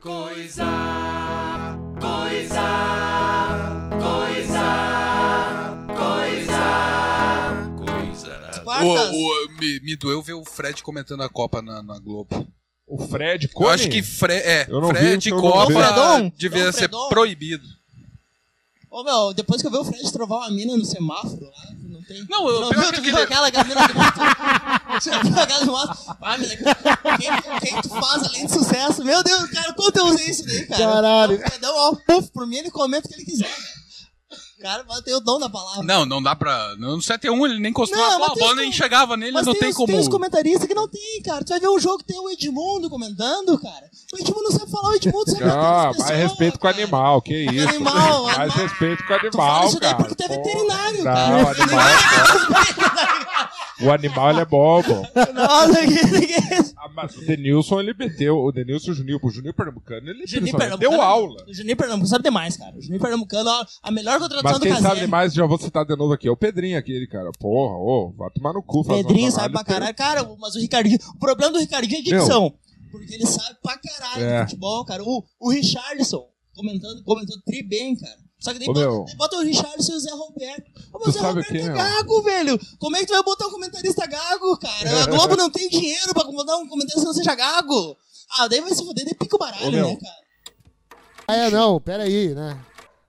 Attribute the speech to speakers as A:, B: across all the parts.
A: Coisa, coisa, coisa, coisa, coisa.
B: O- o- me, me doeu ver o Fred comentando a Copa na, na Globo.
C: O Fred
B: Eu
C: Cone?
B: acho que Fre é,
D: Eu não vi,
B: Fred
D: então eu não
B: Copa
D: vi.
E: É um Fredon?
B: devia
E: Não,
B: ser
E: Fredon?
B: proibido.
E: Ô, meu, depois que eu vi o Fred trovar uma mina no semáforo lá, não tem...
B: Não, eu-
E: não,
B: pior
E: viu?
B: que
E: Tu viu
B: aquele-
E: aquela que a mina do mato? Tu viu aquela do mato? Ah, mina, quem, quem tu faz além de sucesso? Meu Deus, cara, quanto eu usei isso daí, cara?
D: Caralho.
E: Então, Dá um puff pro mim, ele comenta o que ele quiser, cara. O cara mas tem o dom da palavra.
B: Não, não dá pra. No 7x1 ele nem encostou
E: Não, mas
B: na bola, a
E: tem
B: bola
E: os
B: nem
E: com-
B: chegava nele,
E: Mas
B: não
E: tem,
B: tem
E: os,
B: como.
E: tem os comentaristas que não tem, cara. Tu vai ver um jogo, tem o Edmundo comentando, cara. O Edmundo não sabe falar, o Edmundo sabe
C: Ah,
E: falar.
C: mais respeito com o animal, que isso.
E: Animal,
C: mais
E: animal.
C: respeito com o
E: Tu fala
C: animal,
E: isso daí
C: cara.
E: porque tu é
C: Pô.
E: veterinário,
C: Não,
E: cara.
C: animal. O animal ele é bom, pô.
E: Nossa, que- é que-
C: Ah, mas o Denilson, ele meteu. O Denilson Juninho, o Juninho Pernambucano, ele é
E: Juninho
C: impressionante.
E: Pernambucano-
C: deu aula.
E: O Juninho Pernambuco sabe demais, cara. O Juninho Pernambucano, ó, a melhor contratação
C: Mas
E: do
C: quem
E: Casemiro.
C: sabe demais, já vou citar de novo aqui, é o Pedrinho aquele, cara. Porra, ô, vai tomar no cu. faz
E: Pedrinho
C: uma
E: sabe pra
C: trabalho,
E: caralho. Cara, o- mas o Ricardinho. O problema do Ricardinho é
C: Meu.
E: dicção. Porque ele sabe pra caralho
C: É.
E: de futebol, cara. tipo, O, o Richardson comentando, comentando tri bem, cara. Só que daí
C: Ô,
E: bota,
C: meu.
E: daí bota o Richardson e o Zé Roberto. Ô, mas
C: Tu
E: o Zé
C: sabe o
E: Roberto
C: que,
E: é
C: meu?
E: gago, velho. Como é que tu vai botar um comentarista gago, cara? A Globo não tem dinheiro pra botar um comentarista que não seja gago. Ah, daí vai se fuder, daí pica o baralho,
C: Ô, meu.
E: né, cara?
D: Ah, é, não, peraí, né?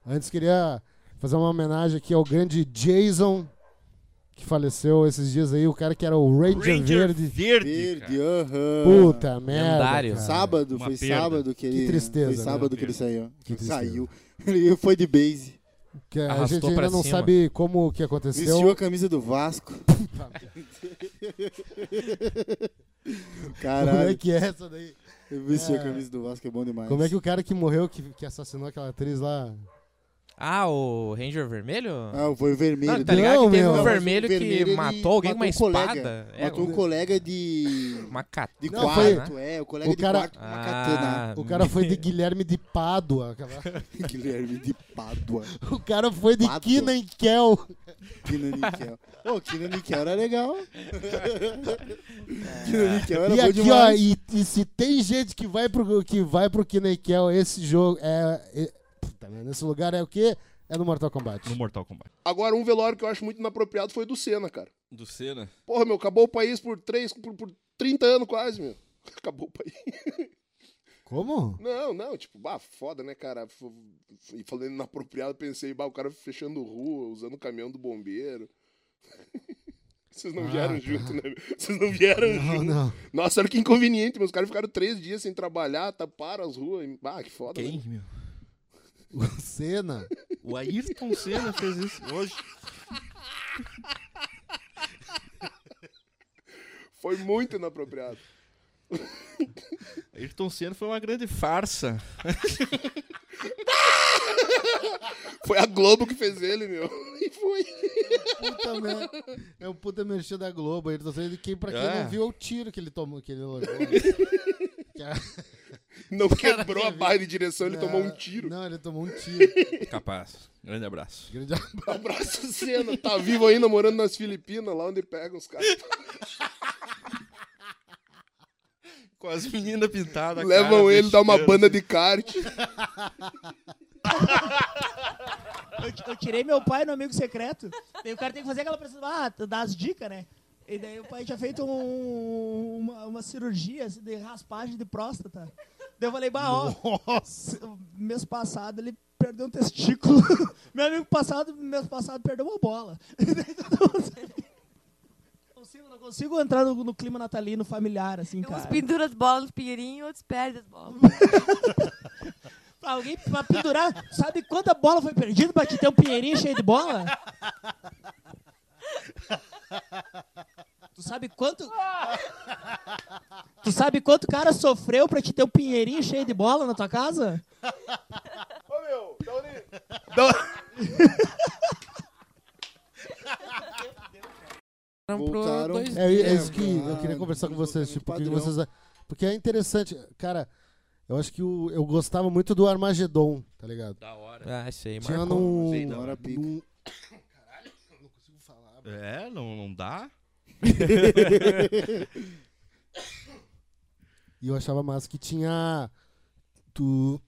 D: Antes queria fazer uma homenagem aqui ao grande Jason, que faleceu esses dias aí, o cara que era o Ranger, Verde.
F: Verde, aham.
D: Puta merda.
G: Lendário.
D: cara.
F: Sábado,
G: Uma
F: foi
G: perda.
F: sábado que ele.
D: tristeza,
F: Foi
D: né?
F: sábado que ele saiu.
D: Que tristeza.
F: saiu. Ele foi de base.
D: Que a
G: Arrastou
D: gente ainda
G: pra
D: não
G: cima.
D: sabe como que aconteceu.
F: Vestiu a camisa do Vasco.
D: Como é
F: Caralho,
D: que é essa daí?
F: vestiu a camisa do Vasco é bom demais.
D: Como é que o cara que morreu, que, que assassinou aquela atriz lá.
G: Ah, o Ranger Vermelho?
F: Ah, foi o vermelho.
G: Não, tá
F: dele.
G: ligado que teve um
D: meu.
F: Não, mas o
G: vermelho que
F: vermelho, ele
G: matou alguém com uma
F: matou um
G: espada.
F: Colega,
G: É,
F: matou um colega de.
G: uma cat...
F: De
D: Não, foi-
F: quarto,
G: né?
F: é. O colega
D: o cara-
F: de quarto com
G: Ah,
F: uma katana.
D: O cara foi de Guilherme de Pádua. aquela-
F: Guilherme de Pádua.
D: O cara foi de
F: Pádua?
D: Kina em Kel.
F: Kina Nickel. Ô, Kina Nickel era legal. Kina Nickel era
D: E
F: bom
D: aqui, ó,
F: demais.
D: e, e se tem gente que vai pro que vai pro Kina em Kel, esse jogo é, é- puta merda, Esse lugar é o quê? É no Mortal Kombat.
G: No Mortal Kombat.
H: Agora, um velório que eu acho muito inapropriado foi do Senna, cara.
I: Do Senna.
H: Porra, meu, acabou o país por três, por, por 30 anos quase, meu. Acabou o país.
D: Como?
H: Não, não, tipo, bah, foda, né, cara? F- f- E falando inapropriado, pensei, bah, o cara fechando rua, usando o caminhão do bombeiro. Vocês não
D: Ah, tá.
H: vieram junto, né? Vocês não vieram
D: Não,
H: junto.
D: não.
H: Nossa, olha que inconveniente, meus caras ficaram três dias sem trabalhar, taparam as ruas. e- Ah, que foda,
I: Quem,
H: né?
I: meu?
D: O Senna.
I: O Ayrton Senna fez isso hoje.
H: Foi muito inapropriado.
I: Ayrton Senna foi uma grande farsa.
H: Foi a Globo que fez ele, meu. E foi.
D: um Puta merda. É um puta merchan da Globo. Ele tá saindo quem, pra quem
I: É.
D: não viu, é o tiro que ele tomou, que ele levou.
H: Não quebrou a barra de direção, ele
D: Não,
H: tomou um tiro.
D: É. Não, ele tomou um tiro.
I: Capaz. Grande abraço.
D: Grande abraço.
H: Abraço, Senna. Tá vivo ainda, morando nas Filipinas, lá onde pega os caras.
I: Com as meninas pintadas.
H: Levam ele, dá uma banda de kart.
E: Eu, eu tirei meu pai no amigo secreto. Daí o cara tem que fazer aquela pressão. Ah, tu dá as dicas, né? E daí o pai tinha feito um- uma, uma cirurgia assim, de raspagem de próstata. Daí eu falei, bah, ó, se- mês passado ele perdeu um testículo. meu amigo passado, mês passado, perdeu uma bola. Daí todo mundo sai- Não consigo- Não consigo entrar no, no clima natalino familiar, assim,
J: Uns
E: cara.
J: penduram as bolas no pinheirinho, outros perdem as bolas.
E: Pra alguém pra pendurar, sabe quanta bola foi perdida pra te ter um pinheirinho cheio de bola? Tu sabe quanto. Tu sabe quanto cara sofreu pra te ter um pinheirinho cheio de bola na tua casa?
C: um-
G: Voltaram pro
F: Voltaram.
G: dois-
D: É, é isso
F: É,
D: que eu
F: cara,
D: queria conversar com
F: vamos
D: vocês.
F: voltar
D: Tipo,
F: no
D: o que que
F: padrão.
D: vocês. a- Porque é interessante. Cara, eu acho que o- eu gostava muito do Armagedon, tá ligado?
G: Ah, isso aí,
D: Tinha
G: marcou.
D: num.
I: sei não.
F: Na hora pica.
D: num-
I: É, não, não dá?
D: E eu achava massa que tinha. Tu.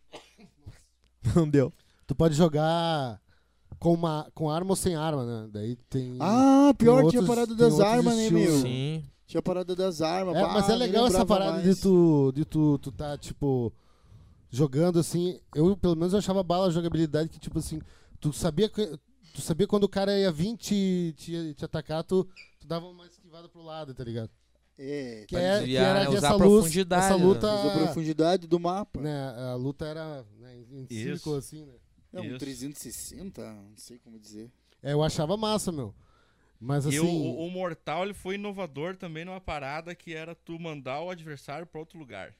K: Não deu.
D: Tu pode jogar com, uma, com arma ou sem arma, né? Daí tem.
F: Ah, pior
D: tem
F: que a
D: outros-
F: parada
D: tem
F: das
D: outros
F: armas, né,
D: estilos.
F: meu?
K: Sim.
F: Tinha a parada das armas.
D: É,
F: pá,
D: mas é
F: nem
D: legal essa
F: lembrava
D: parada
F: mais.
D: de tu, de tu, tu tá, tipo, jogando assim. Eu, pelo menos, eu achava bala a jogabilidade que, tipo assim, tu sabia, que- tu sabia quando o cara ia vir te, te, te atacar, tu, tu dava uma esquivada pro lado, tá ligado?
F: É,
D: Que,
K: Pra
D: é, que
K: desviar,
D: era
K: né? Usar
D: de essa
K: a
D: luz-
K: profundidade,
D: Essa
K: né?
D: luta.
F: mas a profundidade do mapa.
D: Né, a luta era né, em
I: Isso.
D: círculo, assim, né?
F: É um
I: Isso.
F: 360, não sei como dizer.
D: É, eu achava massa, meu. Mas assim.
I: E o, o- o Mortal ele foi inovador também numa parada que era tu mandar o adversário pra outro lugar.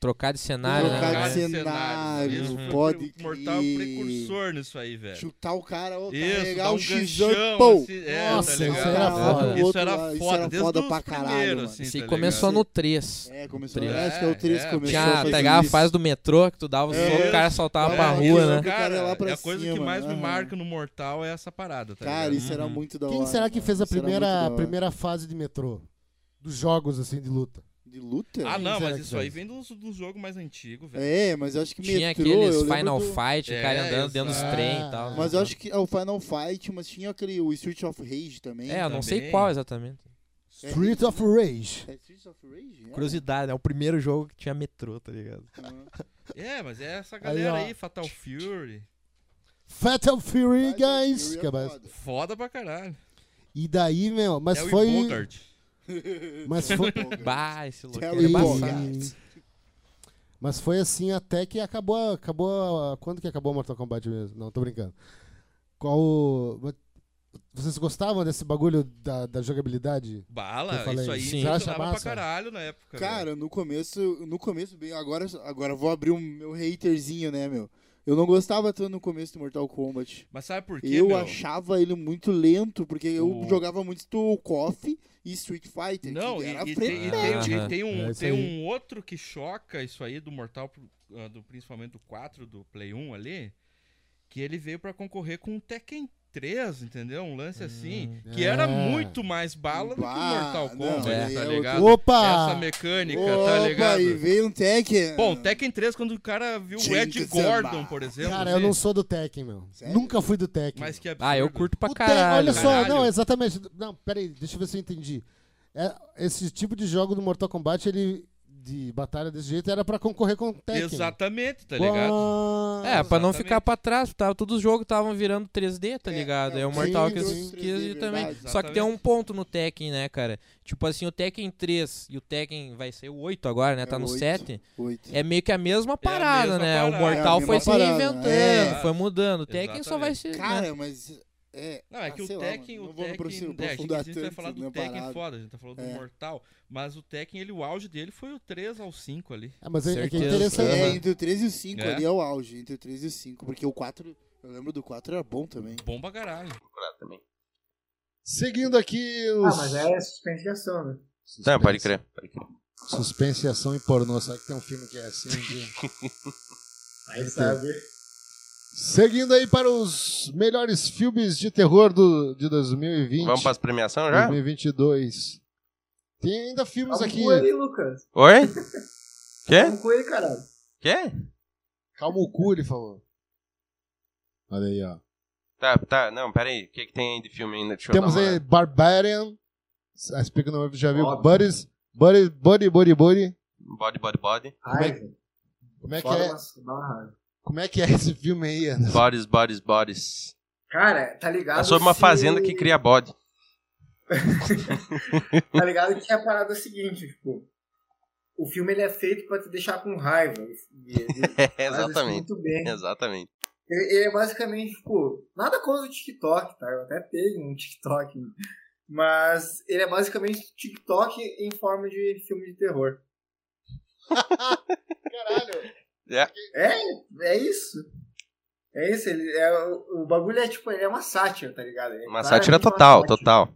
K: Trocar de cenário,
F: Trocar
K: né?
F: de
I: Cara,
K: cara?
F: cenário. cenário,
I: Isso foi
F: pode
I: O Mortal é um
F: crer.
I: precursor nisso aí, velho.
F: Chutar o cara, ou
I: Isso,
F: carregar
I: dá
F: um
I: um
F: xão,
I: ganchão.
F: pô.
I: assim, é, tá
D: Nossa, isso
I: ligado?
D: era foda.
I: Isso
F: Outro
I: era
F: lá, isso
I: foda,
F: era
I: desde
F: foda
I: os
F: pra caralho,
I: primeiros,
F: mano.
I: assim,
K: Isso aí
I: tá
K: começou
I: ligado?
K: no 3.
F: É, começou.
K: Tri-
F: acho que é o 3
I: é,
F: começou. a
K: Tinha,
F: fazer
K: pegava a
F: isso.
K: fase do metrô, que tu dava o
F: É.
K: soco, o cara soltava
F: É,
K: pra
F: isso,
K: rua, né?
I: Cara,
F: cara lá pra
I: é a coisa que
F: cima,
I: mais me
F: aham.
I: marca no Mortal é essa parada, tá
F: Cara,
I: ligado?
F: isso
K: Uhum.
F: era muito da hora.
D: Quem será que
F: mano.
D: fez a
F: Isso era
D: primeira,
F: muito
D: a
F: da hora.
D: primeira fase de metrô? Dos jogos, assim, de luta.
F: De luta?
I: Ah, não,
D: Quem será
I: mas
D: que
I: isso aí
D: fez?
I: vem de um, de um jogo mais antigo, velho.
F: É, mas eu acho que
K: Tinha
F: metrô, eu
K: aqueles
F: lembro
K: Final
F: do-
K: Fight, o cara
I: É,
K: andando dentro dos
D: Ah.
I: exato.
K: trem e tal. né?
F: Mas eu acho que é o Final Fight, mas tinha aquele o Street of Rage também.
K: É, eu não sei
I: também.
K: qual exatamente.
D: Street of Rage.
F: É Street of Rage? É.
K: Curiosidade, né? O primeiro jogo que tinha metrô, tá ligado?
A: Uhum.
I: É, mas é essa galera
D: ó.
I: aí, Fatal Fury.
D: Fatal Fury, guys.
F: Fury é
D: Que é mais-
F: foda.
I: Foda pra caralho.
D: E daí, meu, mas
I: é
D: foi.
I: o Bogart.
D: Mas foi.
K: Bah, esse louco. é
F: Terry
K: era
D: E-
K: embaçado.
D: Mas foi assim até que acabou. acabou quando que acabou Mortal Kombat mesmo? Não, tô brincando. Qual. o- Vocês gostavam desse bagulho da, da jogabilidade?
I: Bala,
D: Eu falei,
I: isso aí
D: sim. Você acha
I: funcionava pra
D: massa?
I: caralho na época. né? velho.
F: Cara, no começo, no começo bem, agora, agora eu vou abrir o meu haterzinho, né, meu? Eu não gostava tanto no começo do Mortal Kombat.
I: Mas sabe por quê,
F: Eu
I: meu?
F: achava ele muito lento, porque eu
I: O-
F: jogava muito Steel Coffee e Street Fighter.
I: Não,
F: que
I: e,
F: era
I: e tem, e
F: frenético.
I: tem- e
K: Aham.
I: tem um,
D: É isso
I: tem
D: aí.
I: um outro que choca isso aí do Mortal, pro- ah, do, principalmente do 4, do Play 1 ali, que ele veio pra concorrer com o Tekken 3, entendeu? Um lance assim, que
D: é.
I: era muito mais bala do que o
F: Bah,
I: Mortal
F: não,
I: Kombat,
F: é,
I: tá
F: é
I: ligado?
D: Opa!
I: Essa mecânica,
F: Opa,
I: tá ligado?
F: e veio um Tekken.
I: Bom, Tekken 3, quando o cara viu o Ed
F: Jinx,
I: Gordon,
F: Zamba.
I: por exemplo.
D: Cara, eu não
I: assim,
D: sou do Tekken, meu.
F: Sério?
D: Nunca fui do Tekken.
I: Mas que absurdo.
K: Ah, eu curto pra
D: O te-
K: caralho.
D: Olha só,
I: Caralho.
D: não, exatamente. Não, peraí, deixa eu ver se eu entendi. É, esse tipo de jogo do Mortal Kombat, ele. De batalha desse jeito, era pra concorrer com o Tekken.
I: Exatamente, tá ligado?
D: Uau.
K: É, pra não
I: Exatamente.
K: ficar pra trás, tava, todos os jogos estavam virando 3D, tá
F: É,
K: ligado? É,
I: um
F: é,
K: o Mortal
D: sim,
K: que
D: sim,
K: quis ir
F: 3D,
K: também.
F: verdade,
K: Só que tem um
I: exatamente.
K: ponto no Tekken, né, cara? Tipo assim, o Tekken 3 e o Tekken vai ser o 8 agora, né? Tá
F: É
K: no
F: o 8.
K: 7.
F: Oito.
K: É meio que a mesma parada,
I: mesma
K: né?
I: parada.
K: O Mortal
F: É a
K: foi
F: mesma
K: se
F: parada,
K: reinventando,
F: é.
K: foi mudando. O Tekken só vai
I: Exatamente.
K: se. né?
F: Cara, mas. É,
I: Não, é que
F: Ah,
I: o
F: sei lá,
I: Tekken,
F: mano,
I: o
F: não vou me
I: Tekken,
F: aprofundar
I: é, a gente, a gente vai
F: tanto
I: falar do
F: na
I: Tekken
F: parada.
I: foda, a gente tá falando do
F: É.
I: Mortal, mas o Tekken, ele, o auge dele foi o 3 ao 5 ali.
D: Ah, mas é, é que é
K: Certeza.
D: interessante.
F: é,
K: Aham.
F: entre o 3 e o 5
I: É.
F: ali é o auge. Entre o 3 e o 5. Porque o 4. Eu lembro do 4 era bom também.
I: Bom pra caralho.
D: Seguindo aqui os
L: é suspense de ação, né?
A: Não, pode crer. Pode crer.
D: suspense, ação e pornô. Sabe que tem um filme que é assim? de-
L: Aí
D: sabe. Seguindo aí para os melhores filmes de terror do, de 2020.
A: Vamos para as premiações já?
D: 2022. Tem ainda filmes aqui.
L: Lucas.
A: Oi? Quê?
L: Coelho, caralho.
A: Quê?
D: Calma o cu, ele falou. Olha aí, ó.
A: Tá, tá, não, peraí. O que, que tem aí de filme ainda? Deixa eu
D: Temos
A: dar uma
D: aí Barbarian. Ah, I Speak No Name, já viu?
L: Óbvio.
D: Buddies. Buddy, Buddy, Buddy, Buddy.
A: olhada. Body, body, body.
L: Raiva.
D: é Como é, que
L: Foda,
D: é,
L: mas dá uma raiva.
D: como é que é esse filme aí, Anderson?
A: Bodies, bodies, bodies.
L: Cara, tá ligado?
A: É sobre uma
L: se-
A: fazenda que cria bode.
L: Tá ligado que é a parada seguinte, tipo. O filme ele é feito pra te deixar com raiva. E ele
A: É,
L: faz isso
A: exatamente.
L: Muito bem.
A: Exatamente.
L: Ele ele é basicamente, tipo, nada contra o TikTok, tá? Eu até tenho um TikTok. Mas ele é basicamente TikTok em forma de filme de terror.
D: Caralho.
L: É isso. É isso, ele é, o, o bagulho é tipo, ele é uma sátira, tá ligado? Ele é
A: Uma
L: claramente
A: sátira
L: uma
A: total,
L: sátira. né?
A: total.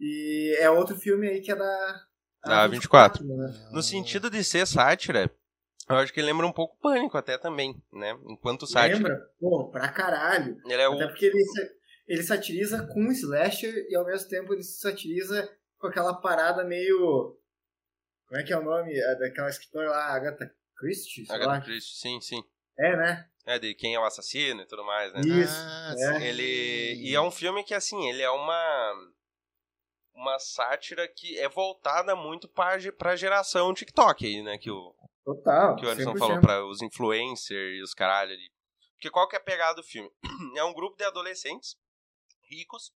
L: E é outro filme aí que é da.
A: Da 24.
L: né?
A: No sentido de ser sátira, eu acho que ele lembra um pouco Pânico até também, né? Enquanto sátira,
L: Lembra? Pô, pra caralho.
A: ele é o...
L: Até porque ele, sa- ele satiriza com o slasher e ao mesmo tempo ele se satiriza com aquela parada meio. Como é que é o nome? É Daquela escritora lá, Agatha Christie, sei
A: Agatha
L: lá.
A: Christie, sim, sim.
L: É, né?
A: É, de quem é o assassino e tudo mais, né?
L: Isso. é.
A: Ele. E é um filme que, assim, ele é uma. Uma sátira que é voltada muito pra, ge- pra geração TikTok aí, né? Que o,
L: Total.
A: que o Anderson
L: 100%.
A: falou pra os influencers e os caralho ali. Porque qual que é a pegada do filme? É um grupo de adolescentes ricos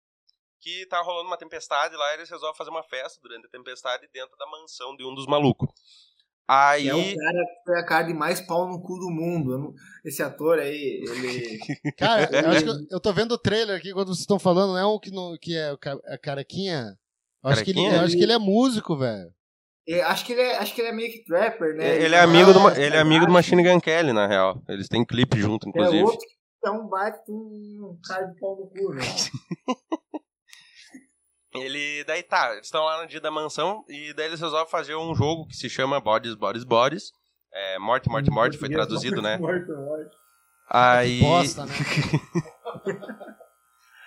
A: que tá rolando uma tempestade lá e eles resolvem fazer uma festa durante a tempestade dentro da mansão de um dos malucos. Aí.
L: É o cara que foi a cara de mais pau no cu do mundo. Eu não- Esse ator aí, ele.
D: Cara, eu, acho que eu- eu tô vendo o trailer aqui quando vocês estão falando, não é um que, não, que é o ca- a carequinha? Eu acho, que ele,
A: Carequinha?
D: eu acho que ele é músico, velho.
L: é, acho, que ele é, acho que ele é meio que trapper, né?
A: Ele é amigo do, Ma-
L: Ah,
A: ele é amigo do Machine Gun Kelly, na real. Eles têm clipe junto,
L: É
A: inclusive.
L: outro que é um baita um cara de pau no cu, né?
A: Ele, daí tá, eles estão lá no dia da mansão e daí eles resolvem fazer um jogo que se chama Bodies, Bodies, Bodies. É, morte, morte, morte, foi traduzido, né?
L: Morto, morto.
A: Aí.
D: Bosta, né?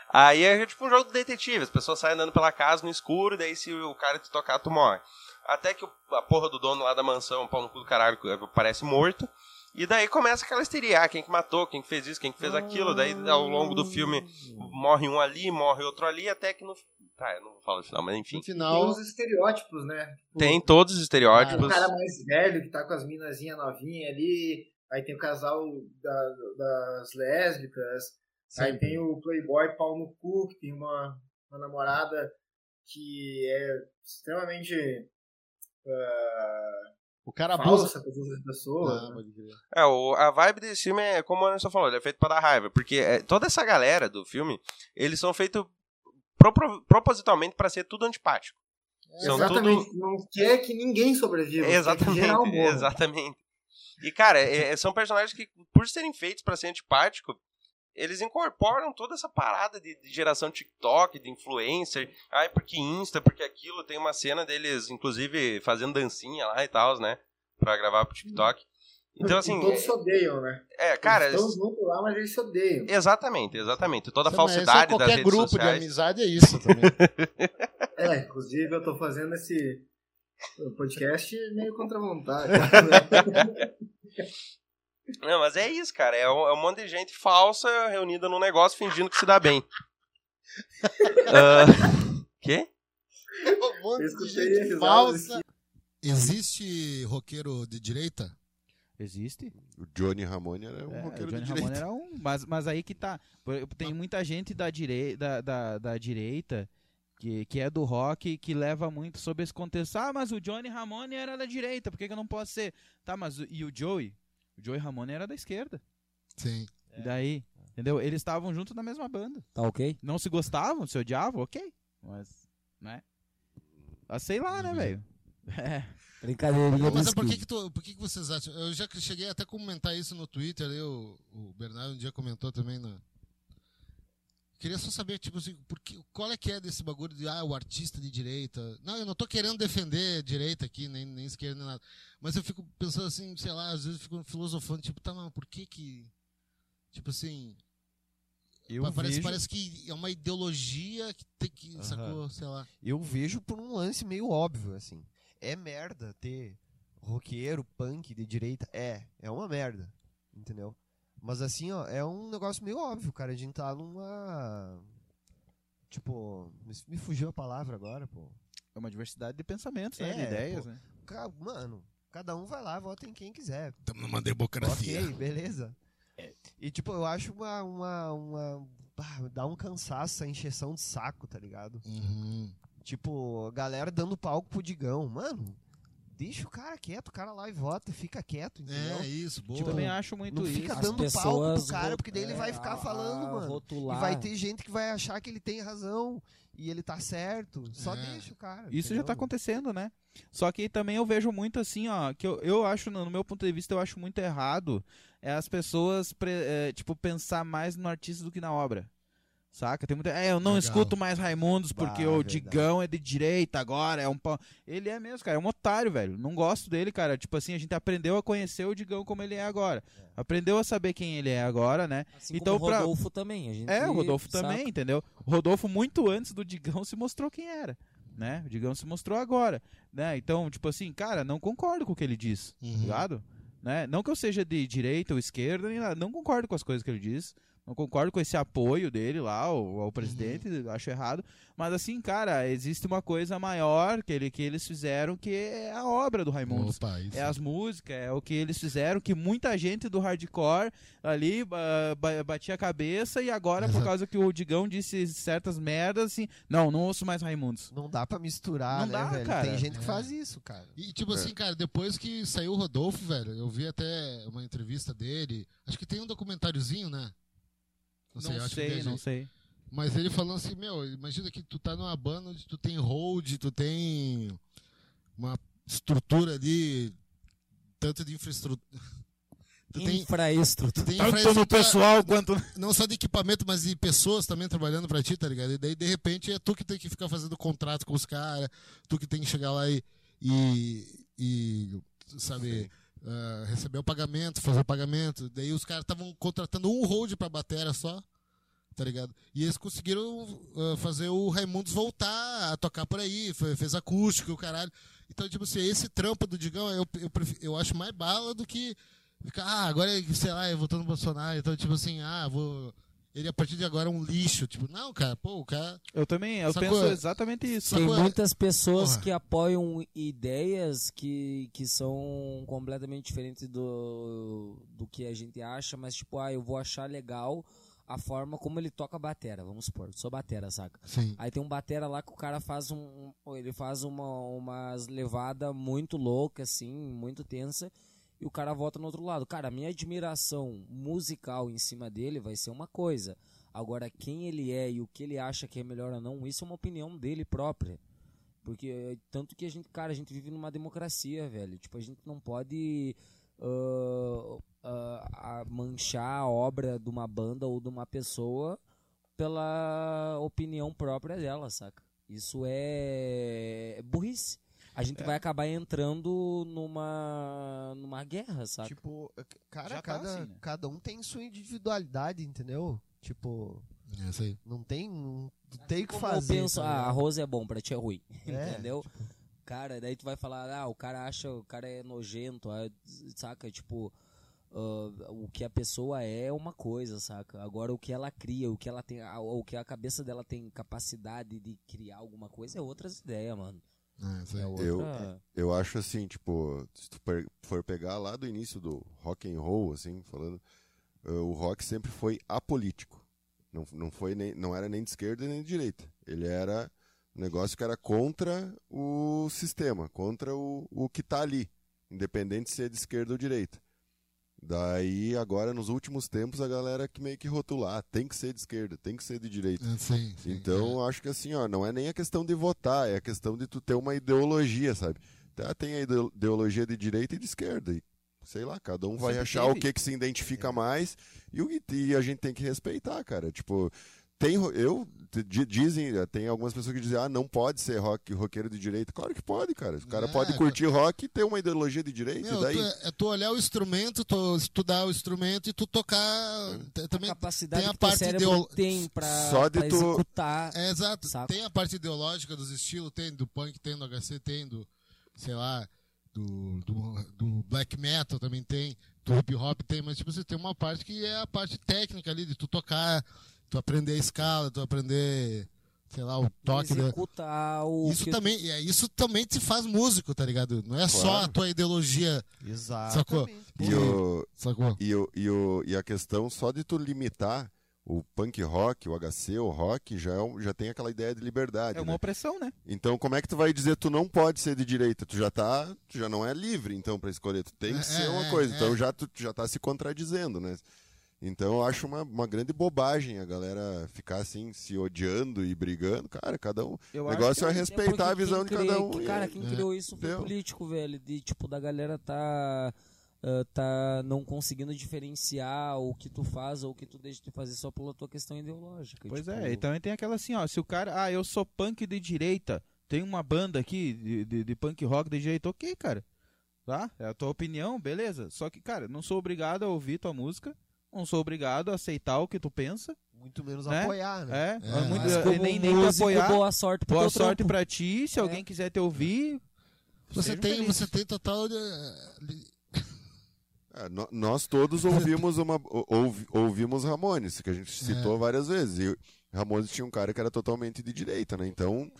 A: Aí é tipo um jogo do detetive, as pessoas saem andando pela casa no escuro, daí se o cara te tocar, tu morre. Até que o- a porra do dono lá da mansão, pau no cu do caralho, parece morto. E daí começa aquela histeria, ah, quem que matou, quem que fez isso, quem que fez aquilo. Daí ao longo do filme morre um ali, morre outro ali, até que no. Tá, eu não vou falar no final, mas enfim.
D: No
L: Tem
D: final,
L: uns estereótipos, né? Tipo,
A: Tem todos os
L: O
A: estereótipos.
L: cara mais velho que tá com as minazinhas novinhas ali. Aí tem o casal da- das lésbicas. Aí tem o playboy pau no cu, que tem uma, uma namorada que é extremamente ah,
D: o cara abusa.
L: falsa com as outras
D: Ah,
L: pessoas. né?
D: pode crer.
A: É, o, a vibe desse filme é, como o Anderson falou, ele é feito pra dar raiva. Porque é, toda essa galera do filme, eles são feitos pro- pro- propositalmente pra ser tudo antipático. são
L: exatamente.
A: tudo.
L: Não quer que ninguém sobreviva. Quer que geral
A: Exatamente,
L: morra.
A: exatamente. E, cara, é- é- são personagens que, por serem feitos pra ser antipático, eles incorporam toda essa parada de, de geração TikTok, de influencer. Ai, porque Insta, porque aquilo. Tem uma cena deles, inclusive, fazendo dancinha lá e tal, né? Pra gravar pro TikTok. Então, assim.
L: E todos se odeiam, né?
A: É, cara.
L: Eles estão juntos lá, mas eles se odeiam.
A: Exatamente, exatamente. Toda a
D: Sei lá, esse é
A: falsidade das
D: Qualquer
A: redes
D: grupo de
A: sociais.
D: amizade é isso também.
L: É, inclusive eu tô fazendo esse podcast meio contra a vontade. né?
A: Não, mas é isso, cara. É um, é um monte de gente falsa reunida num negócio fingindo que se dá bem. Ah, Quê?
D: Um monte de
L: Eu escutei
D: gente
L: esses áudios
D: falsa. Existe roqueiro de direita?
K: Existe.
M: O Johnny Ramone era um
K: É,
M: roqueiro
K: o
M: de
K: Johnny
M: direita.
K: Ramone era um, mas, mas aí que tá. Por- Tem muita gente da, direi da, da, da direita que, que é do rock que leva muito sobre esse contexto. Ah, mas o Johnny Ramone era da direita, por que, que eu não posso ser? Tá, mas o- e o Joey? O Joey Ramone era da esquerda.
D: Sim.
K: E daí? Entendeu? Eles estavam juntos na mesma banda.
N: Tá ok?
K: Não se gostavam, se odiavam, ok. Mas, né? Ah, sei lá, né, velho? É.
N: Uhum. Brincadeirinha
D: Mas
N: dos
D: é por que,
N: kids.
D: que tu- por que, que vocês acham? Eu já que cheguei até a comentar isso no Twitter, aí o, o Bernardo um dia comentou também. Na... Queria só saber, tipo assim, por que- qual é que é desse bagulho de, ah, o artista de direita. Não, eu não tô querendo defender direita aqui, nem, nem esquerda, nem nada. Mas eu fico pensando assim, sei lá, às vezes eu fico filosofando, tipo, tá, mas por que que. Tipo assim.
K: Eu
D: pa- parece,
K: vejo-
D: parece que é uma ideologia que tem que. Sacou, sei lá.
O: Eu vejo por um lance meio óbvio, assim. É merda ter roqueiro, punk de direita? É, é uma merda. Entendeu? Mas assim, ó, é um negócio meio óbvio, cara. A gente tá numa. Tipo, me- me fugiu a palavra agora, pô.
K: É
O: É,
K: uma diversidade de pensamentos, né? de ideias,
O: pô.
K: né?
O: Ca- Mano, cada um vai lá, vota em quem quiser.
D: Estamos numa democracia.
O: Ok, beleza.
K: É.
O: E tipo, eu acho uma. uma, uma bah, dá um cansaço essa encheção de saco, tá ligado?
D: Uhum.
O: Tipo, a galera dando palco pro Digão. Mano, deixa o cara quieto, o cara lá e vota, fica quieto, entendeu?
D: É, isso, boa.
K: Tipo, Eu também acho muito
O: não
K: isso.
O: fica
K: As
O: dando palco pro
K: pessoas
O: cara,
K: vo-
O: porque daí ele vai
K: é,
O: ficar
K: a-
O: falando,
K: a
O: mano.
K: rotular.
O: E vai ter gente que vai achar que ele tem razão e ele tá certo. Só
D: É.
O: deixa o cara.
K: Isso já tá
O: entendeu?
K: acontecendo, né? Só que também eu vejo muito assim, ó, que eu, eu acho, no meu ponto de vista, eu acho muito errado é as pessoas, pre- é, tipo, pensar mais no artista do que na obra. Saca? Tem muita. É, eu não
G: Legal.
K: escuto mais Raimundos porque
G: Bah, é
K: o
G: verdade.
K: Digão é de direita agora, é um pau. Ele é mesmo, cara, é um otário, velho. Não gosto dele, cara. Tipo assim, a gente aprendeu a conhecer o Digão como ele é agora. Aprendeu a saber quem ele é agora, né?
N: Assim como o
K: pra-
N: Rodolfo também. A gente
K: é, o Rodolfo
N: saca.
K: também, entendeu? O Rodolfo, muito antes do Digão, se mostrou quem era. Né? O Digão se mostrou agora. Né? Então, tipo assim, cara, não concordo com o que ele diz. Ligado? né? Não que eu seja de direita ou esquerda, nem nada, não concordo com as coisas que ele diz. Não concordo com esse apoio dele lá ao, ao presidente, acho errado. Mas assim, cara, existe uma coisa maior que, ele, que eles fizeram, que é a obra do Raimundo.
P: Opa, isso.
K: É as músicas, é o que eles fizeram, que muita gente do hardcore ali ba- ba- batia a cabeça e agora, por causa que o Digão disse certas merdas, assim, não, não ouço mais Raimundos.
O: Não dá pra misturar,
K: não
O: né,
K: dá,
O: velho?
K: Cara. É.
O: Tem gente que faz isso, cara.
D: E tipo assim, cara, depois que saiu o Rodolfo, velho, eu vi até uma entrevista dele. Acho que tem um documentáriozinho, né?
K: Não
D: acho que
K: sei,
D: tem,
K: não
D: gente.
K: sei.
D: Mas ele falando assim, meu, imagina que tu tá numa banda onde tu tem hold, tu tem uma estrutura ali, tanto de infraestrutura. Tu tem-
N: Infraestrutura.
D: tu tem
N: Tanto no
D: infraestrutura-
N: pessoal quanto-
D: Não só de equipamento, mas de pessoas também trabalhando pra ti, tá ligado? E daí, de repente, é tu que tem que ficar fazendo contrato com os caras, tu que tem que chegar lá e. e, e, sabe. ah, receber o pagamento, fazer o pagamento. Daí os caras estavam contratando um hold pra batera só tá ligado? E eles conseguiram ah, fazer o Raimundos voltar a tocar por aí, fe- fez acústico, e o caralho. Então, tipo assim, esse trampo do Digão eu, eu, pref- eu acho mais bala do que ficar, ah, agora, sei lá, eu votando no Bolsonaro, então, tipo assim, ah, vou. Ele a partir de agora é um lixo. Tipo, não, cara, pô, o cara.
K: Eu também, eu
D: Sacou?
O: é?
K: penso exatamente isso.
N: Tem
D: Sacou?
N: muitas pessoas
D: Porra.
N: que apoiam ideias que, que são completamente diferentes do, do que a gente acha, mas tipo, ah, eu vou achar legal a forma como ele toca batera, vamos supor, sou batera, saca?
D: Sim.
N: Aí tem um batera lá que o cara faz um, um- ele faz uma umas levada muito louca assim, muito tensa. E o cara volta no outro lado. Cara, a minha admiração musical em cima dele vai ser uma coisa. Agora, quem ele é e o que ele acha que é melhor ou não, isso é uma opinião dele própria. Porque eh, tanto que a gente, cara, a gente vive numa democracia, velho. Tipo, a gente não pode ah, ah, a- manchar a obra de uma banda ou de uma pessoa pela opinião própria dela, saca? Isso é é burrice. A gente
O: É.
N: vai acabar entrando numa numa guerra, saca?
O: Tipo, Cara,
N: Já tá
O: cada,
N: assim, né?
O: cada um tem sua individualidade, entendeu? Tipo.
D: É isso aí.
O: Não tem. Não tem o que
N: Assim como
O: fazer.
N: eu penso,
O: tá
N: ah,
O: ligado?
N: arroz é bom, pra ti é ruim.
O: É,
N: entendeu? Cara, daí tu vai falar, ah, o cara acha, o cara é nojento, ah, saca? Tipo, ah, o que a pessoa é é uma coisa, saca? Agora o que ela cria, o que ela tem, a- o que a cabeça dela tem capacidade de criar alguma coisa é outras ideias, mano. É outra-
Q: Eu,
D: Ah.
Q: eu acho assim, tipo, se tu per- for pegar lá do início do rock and roll, assim, falando, eh, o rock sempre foi apolítico. Não, não, foi nem, não era nem de esquerda nem de direita. Ele era um negócio que era contra o sistema, contra o, o que tá ali, independente se é de esquerda ou direita. Daí, agora, nos últimos tempos, a galera que meio que rotular, "Ah, tem que ser de esquerda, tem que ser de direita.
D: É, sim,
Q: então, acho que assim, ó, não é nem a questão de votar, é a questão de tu ter uma ideologia, sabe? Tá, tem a ideo- ideologia de direita e de esquerda, e sei lá, cada um vai
D: Sempre
Q: achar o
D: teve.
Q: que que se
D: É.
Q: identifica mais e, o, e a gente tem que respeitar, cara. Tipo, tem ro- eu di- dizem, eh, tem algumas pessoas que dizem: "Ah, não pode ser rock, roqueiro de direita". Claro que pode, cara. O cara
D: É,
Q: pode
D: cara.
Q: curtir rock e ter uma ideologia de direita
D: Meu,
Q: e daí
D: tu, é- é tu olhar o instrumento, tu estudar o instrumento e tu tocar. t- Também
N: capacidade
D: tem a
N: que teu
D: parte
N: cérebro
D: ideol-
N: tem pra- Só de pra tu- executar,
D: É, exato. Tem a parte ideológica dos estilos, tem do punk, tem do HC, tem do, sei lá, do, do, do black metal também tem, do hip hop tem, mas tipo, você tem uma parte que é a parte técnica ali de tu tocar, tu aprender a escala, tu aprender, sei lá, o toque. da-
N: executar o
D: isso
N: que tu-
D: também, é, isso também te faz músico, tá ligado? Não é só a tua ideologia.
O: Exato.
D: Sacou?
Q: E, o,
D: Sacou?
Q: E, o, e, o, e a questão só de tu limitar o punk rock, o HC, o rock, já, é um- já tem aquela ideia de liberdade.
K: É uma
Q: né?
K: opressão, né?
Q: Então como é que tu vai dizer tu não pode ser de direita? Tu já tá, tu já não é livre então pra escolher, tu tem que
D: É,
Q: ser
D: é,
Q: uma
D: é,
Q: coisa.
D: é.
Q: Então já tu tu já tá se contradizendo, né? Então eu acho uma, uma grande bobagem a galera ficar assim se odiando e brigando. Cara, cada um,
N: Eu
Q: o
N: acho
Q: negócio
N: que
Q: é
N: porque
Q: respeitar a
N: quem
Q: visão de
N: cria-
Q: cada um.
N: que-
Q: e-
N: cara, quem
Q: é.
N: criou isso foi
Q: Deu.
N: político, velho. De tipo, da galera tá. ah, tá não conseguindo diferenciar o que tu faz ou o que tu deixa de fazer só pela tua questão ideológica.
K: Pois
N: tipo,
K: é, e também tem aquela assim, ó, se o cara, ah, eu sou punk de direita, tem uma banda aqui de, de- de punk rock de direita, ok, cara. Tá? É a tua opinião, beleza. Só que, cara, não sou obrigado a ouvir tua música, não sou obrigado a aceitar o que tu pensa.
O: Muito menos apoiar, né?
K: É,
O: É,
K: muito-
O: mas
K: eh,
O: como
K: nem, nem te
O: músico,
K: apoiar.
O: boa sorte pro
K: Boa
O: teu
K: sorte
O: trampo. É.
K: pra ti, se alguém quiser te ouvir.
D: Você
K: seja
D: tem,
M: Tá
K: feliz.
D: você tem total eh, li-
Q: É, no- nós todos ouvimos uma ou- ouvi- ouvimos Ramones, que a gente citou várias vezes. E Ramones tinha um cara que era totalmente de direita, né? Então,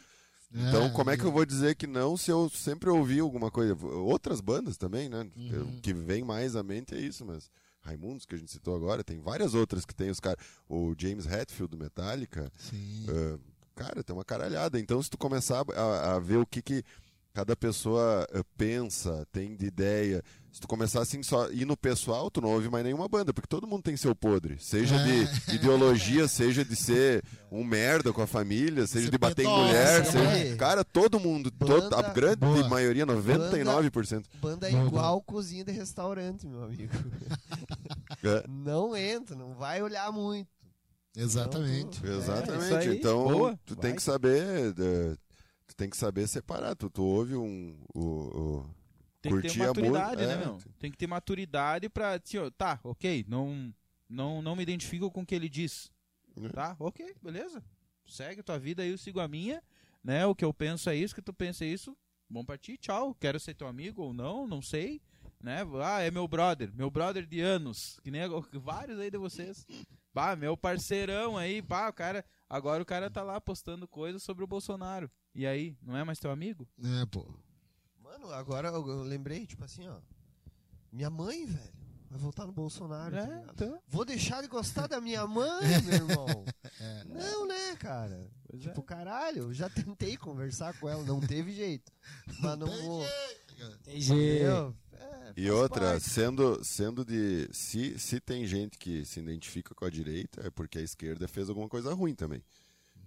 M: É,
Q: então como é que
M: e-
Q: eu vou dizer que não se eu sempre ouvi alguma coisa? Outras bandas também, né? Que-
M: Uhum.
Q: Que vem mais à mente é isso, mas Raimundos, que a gente citou agora, tem várias outras que tem os caras. O James Hetfield do Metallica. eh, cara, tem uma caralhada. Então, se tu começar a, a ver o que que cada pessoa eh, pensa, tem de ideia. Se tu começar assim só ir no pessoal, tu não ouve mais nenhuma banda, porque todo mundo tem seu podre. Seja de ideologia, seja de ser um merda com a família, seja de bater em
O: pedófilo,
Q: mulher,
O: né?
Q: seja... Cara, todo mundo, to- a grande maioria, 99%.
O: Banda é igual cozinha de restaurante, meu amigo.
Q: É.
O: não entra, não vai olhar muito.
M: Exatamente.
K: É
Q: Exatamente. então, tu tem que saber. eh, tu tem que saber separar. Tu, tu ouve um. O, o-
K: Tem que ter
Q: curtir a música.
K: maturidade, né,
Q: é,
K: meu? Tem que ter maturidade pra. Tio, tá, ok, não, não, não me identifico com o que ele diz.
Q: Né?
K: Tá, ok, beleza. Segue tua vida, eu sigo a minha. Né? O que eu penso é isso, o que tu pensa é isso. Bom pra ti, tchau. Quero ser teu amigo ou não, não sei. Né? Ah, é meu brother, meu brother de anos. Que nem agora- vários aí de vocês. Bah, meu parceirão aí, pá, o cara. Agora o cara tá lá postando coisas sobre o Bolsonaro. E aí, não é mais teu amigo?
M: É, pô.
O: Mano, agora eu, eu lembrei, tipo assim, ó. Minha mãe, velho, vai voltar no Bolsonaro. tá
K: É,
O: ligado?
N: então.
O: Vou deixar de gostar da minha mãe, meu irmão.
D: É.
O: Não, né, cara? tipo,
N: é.
O: caralho, eu já tentei conversar com ela, não teve jeito. Mas não vou. É,
N: Tem jeito.
O: Entendeu?
Q: E outra, sendo, sendo de. Se, se tem gente que se identifica com a direita, é porque a esquerda fez alguma coisa ruim também.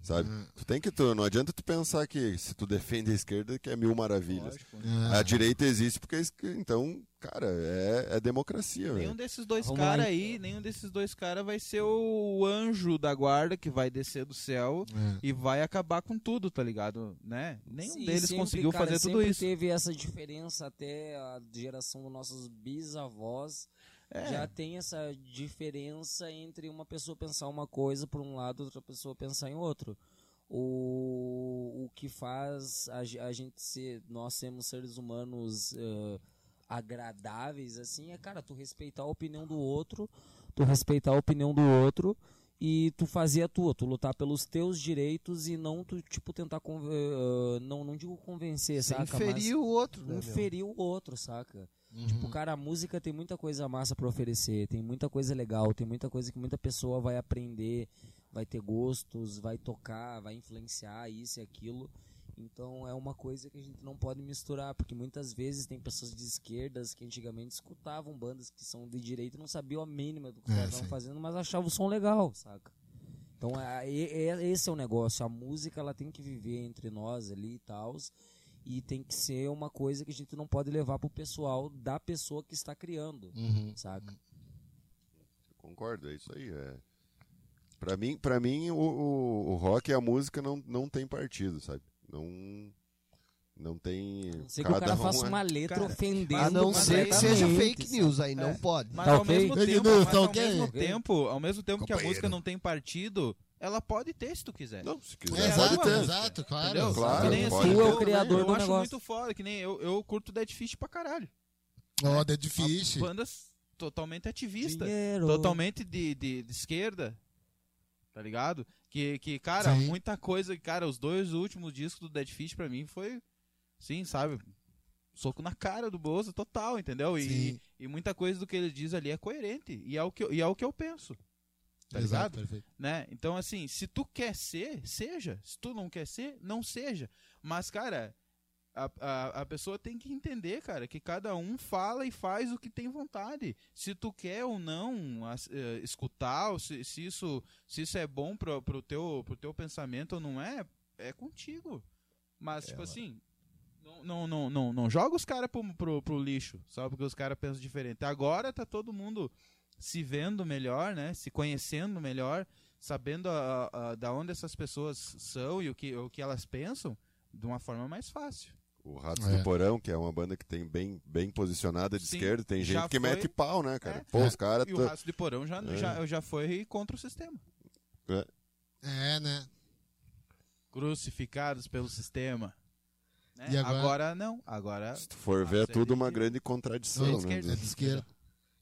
Q: Sabe? Tu tem que. Tu, não adianta tu pensar que se tu defende a esquerda, que é mil maravilhas.
M: né?
Q: A
M: É.
Q: direita existe porque. a esquer- Então, cara, é, é democracia, velho.
N: um
K: Nenhum desses dois
Q: Arruma
K: caras
Q: aí.
K: aí, nenhum desses dois caras vai ser o anjo da guarda que vai descer do céu e vai acabar com tudo, tá ligado? Né? Nenhum
N: Sim,
K: deles
N: sempre,
K: conseguiu
N: cara,
K: fazer tudo
N: sempre
K: isso.
N: teve essa diferença até a geração dos nossos bisavós.
K: É.
N: Já tem essa diferença entre uma pessoa pensar uma coisa por um lado, outra pessoa pensar em outro. O, o que faz a, ge- a gente ser. Nós sermos seres humanos eh, agradáveis, assim, é, cara, tu respeitar a opinião do outro, tu respeitar a opinião do outro e tu fazer a tua, tu lutar pelos teus direitos e não tu, tipo, tentar, conven- eh, não, não digo convencer,
O: Sem
N: saca?
O: ferir o outro, né, meu?
N: Inferir o outro, saca?
H: Uhum.
M: Uhum.
N: Tipo, cara, a música tem muita coisa massa pra oferecer, tem muita coisa legal, tem muita coisa que muita pessoa vai aprender, vai ter gostos, vai tocar, vai influenciar isso e aquilo. Então é uma coisa que a gente não pode misturar, porque muitas vezes tem pessoas de esquerdas que antigamente escutavam bandas que são de direita e não sabiam a mínima do que
M: É,
N: estavam
M: sim.
N: fazendo, mas achavam o som legal, saca? Então a- e- e- esse é o negócio, a música ela tem que viver entre nós ali e tal, e tem que ser uma coisa que a gente não pode levar pro pessoal da pessoa que está criando,
M: Uhum.
N: saca?
Q: Concordo, é isso aí. É. Pra mim, pra mim o, o, o rock e a música não, não tem partido, sabe? Não. Não tem.
N: ser que o cara faça
Q: é-
N: uma letra Cara, ofendendo
O: A não ser que seja fake news, aí não
K: É,
O: pode.
A: Tá
M: Tá
K: Mas, ao, mesmo tempo, mas
N: tá
K: ao mesmo tempo, ao mesmo tempo que a
O: Companheiro.
K: música não tem partido, ela pode ter se tu quiser.
Q: Não, se quiser.
M: Exato, exato, claro. Claro,
K: que nem
M: pode
K: assim,
M: ter. Tu é o
K: eu-
M: criador
K: eu
M: do
K: acho
M: negócio.
K: muito foda, que nem eu, eu curto Dead Fish pra caralho.
M: Ó, Dead Fish.
K: Bandas totalmente ativistas,
M: Dinheiro.
K: totalmente de, de, de esquerda, tá ligado? Que, que cara,
M: Sim.
K: muita coisa, cara, os dois últimos discos do Dead Fish pra mim foi, sim, sabe, soco na cara do Bozo total, entendeu? E, e muita coisa do que ele diz ali é coerente, e é o que, eu- e é o que eu penso. Tá
M: Exato,
K: ligado?
M: perfeito.
K: Né? Então, assim, se tu quer ser, seja. Se tu não quer ser, não seja. Mas, cara, a, a, a pessoa tem que entender, cara, que cada um fala e faz o que tem vontade. Se tu quer ou não as- eh, escutar, ou se, se, isso, se isso é bom pro, pro, teu, pro teu pensamento ou não é, é contigo.
M: É,
K: Mas, tipo assim, não, não, não, não, não joga os caras pro, pro, pro lixo, só porque os caras pensam diferente. Agora tá todo mundo se vendo melhor, né? Se conhecendo melhor, sabendo a, a- a- da onde essas pessoas são e o que, o que elas pensam, de uma forma mais fácil.
Q: O Ratos
M: É.
Q: do Porão, que é uma banda que tem bem, bem posicionada de
K: Sim,
Q: esquerda, tem gente
K: já
Q: que
K: foi-
Q: mete pau, né, cara?
K: É.
Q: Pô, os caras.
K: E o
Q: tão-
K: Raço de Porão já,
Q: É.
K: já, já foi contra o sistema.
Q: É.
M: É, né?
K: Crucificados pelo sistema. né?
M: E
K: agora...
M: agora-
K: não, agora...
Q: Se tu for ver, é tudo uma grande contradição,
M: É
Q: né?
M: de esquerda. É de esquerda.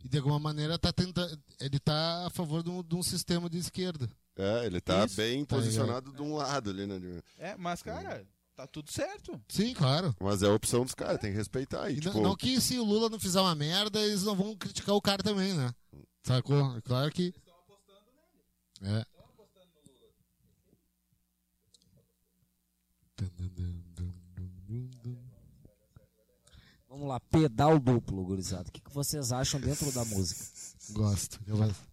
M: e de alguma maneira tá tenta, ele tá a favor de um, de um sistema de esquerda.
Q: É, ele tá
M: Isso.
Q: bem
M: Tá
Q: posicionado de um lado ali, né?
K: É, mas, cara, tá tudo certo.
M: Sim, claro.
Q: Mas é a opção dos caras, tem que respeitar. E,
M: E não-
Q: tipo,
M: não, que se o Lula não fizer uma merda, eles não vão criticar o cara também, né? Sacou? É Claro que. É.
N: Vamos lá, pedal duplo, gurizada. O que, que vocês acham dentro da música?
M: Gosto. Eu gosto.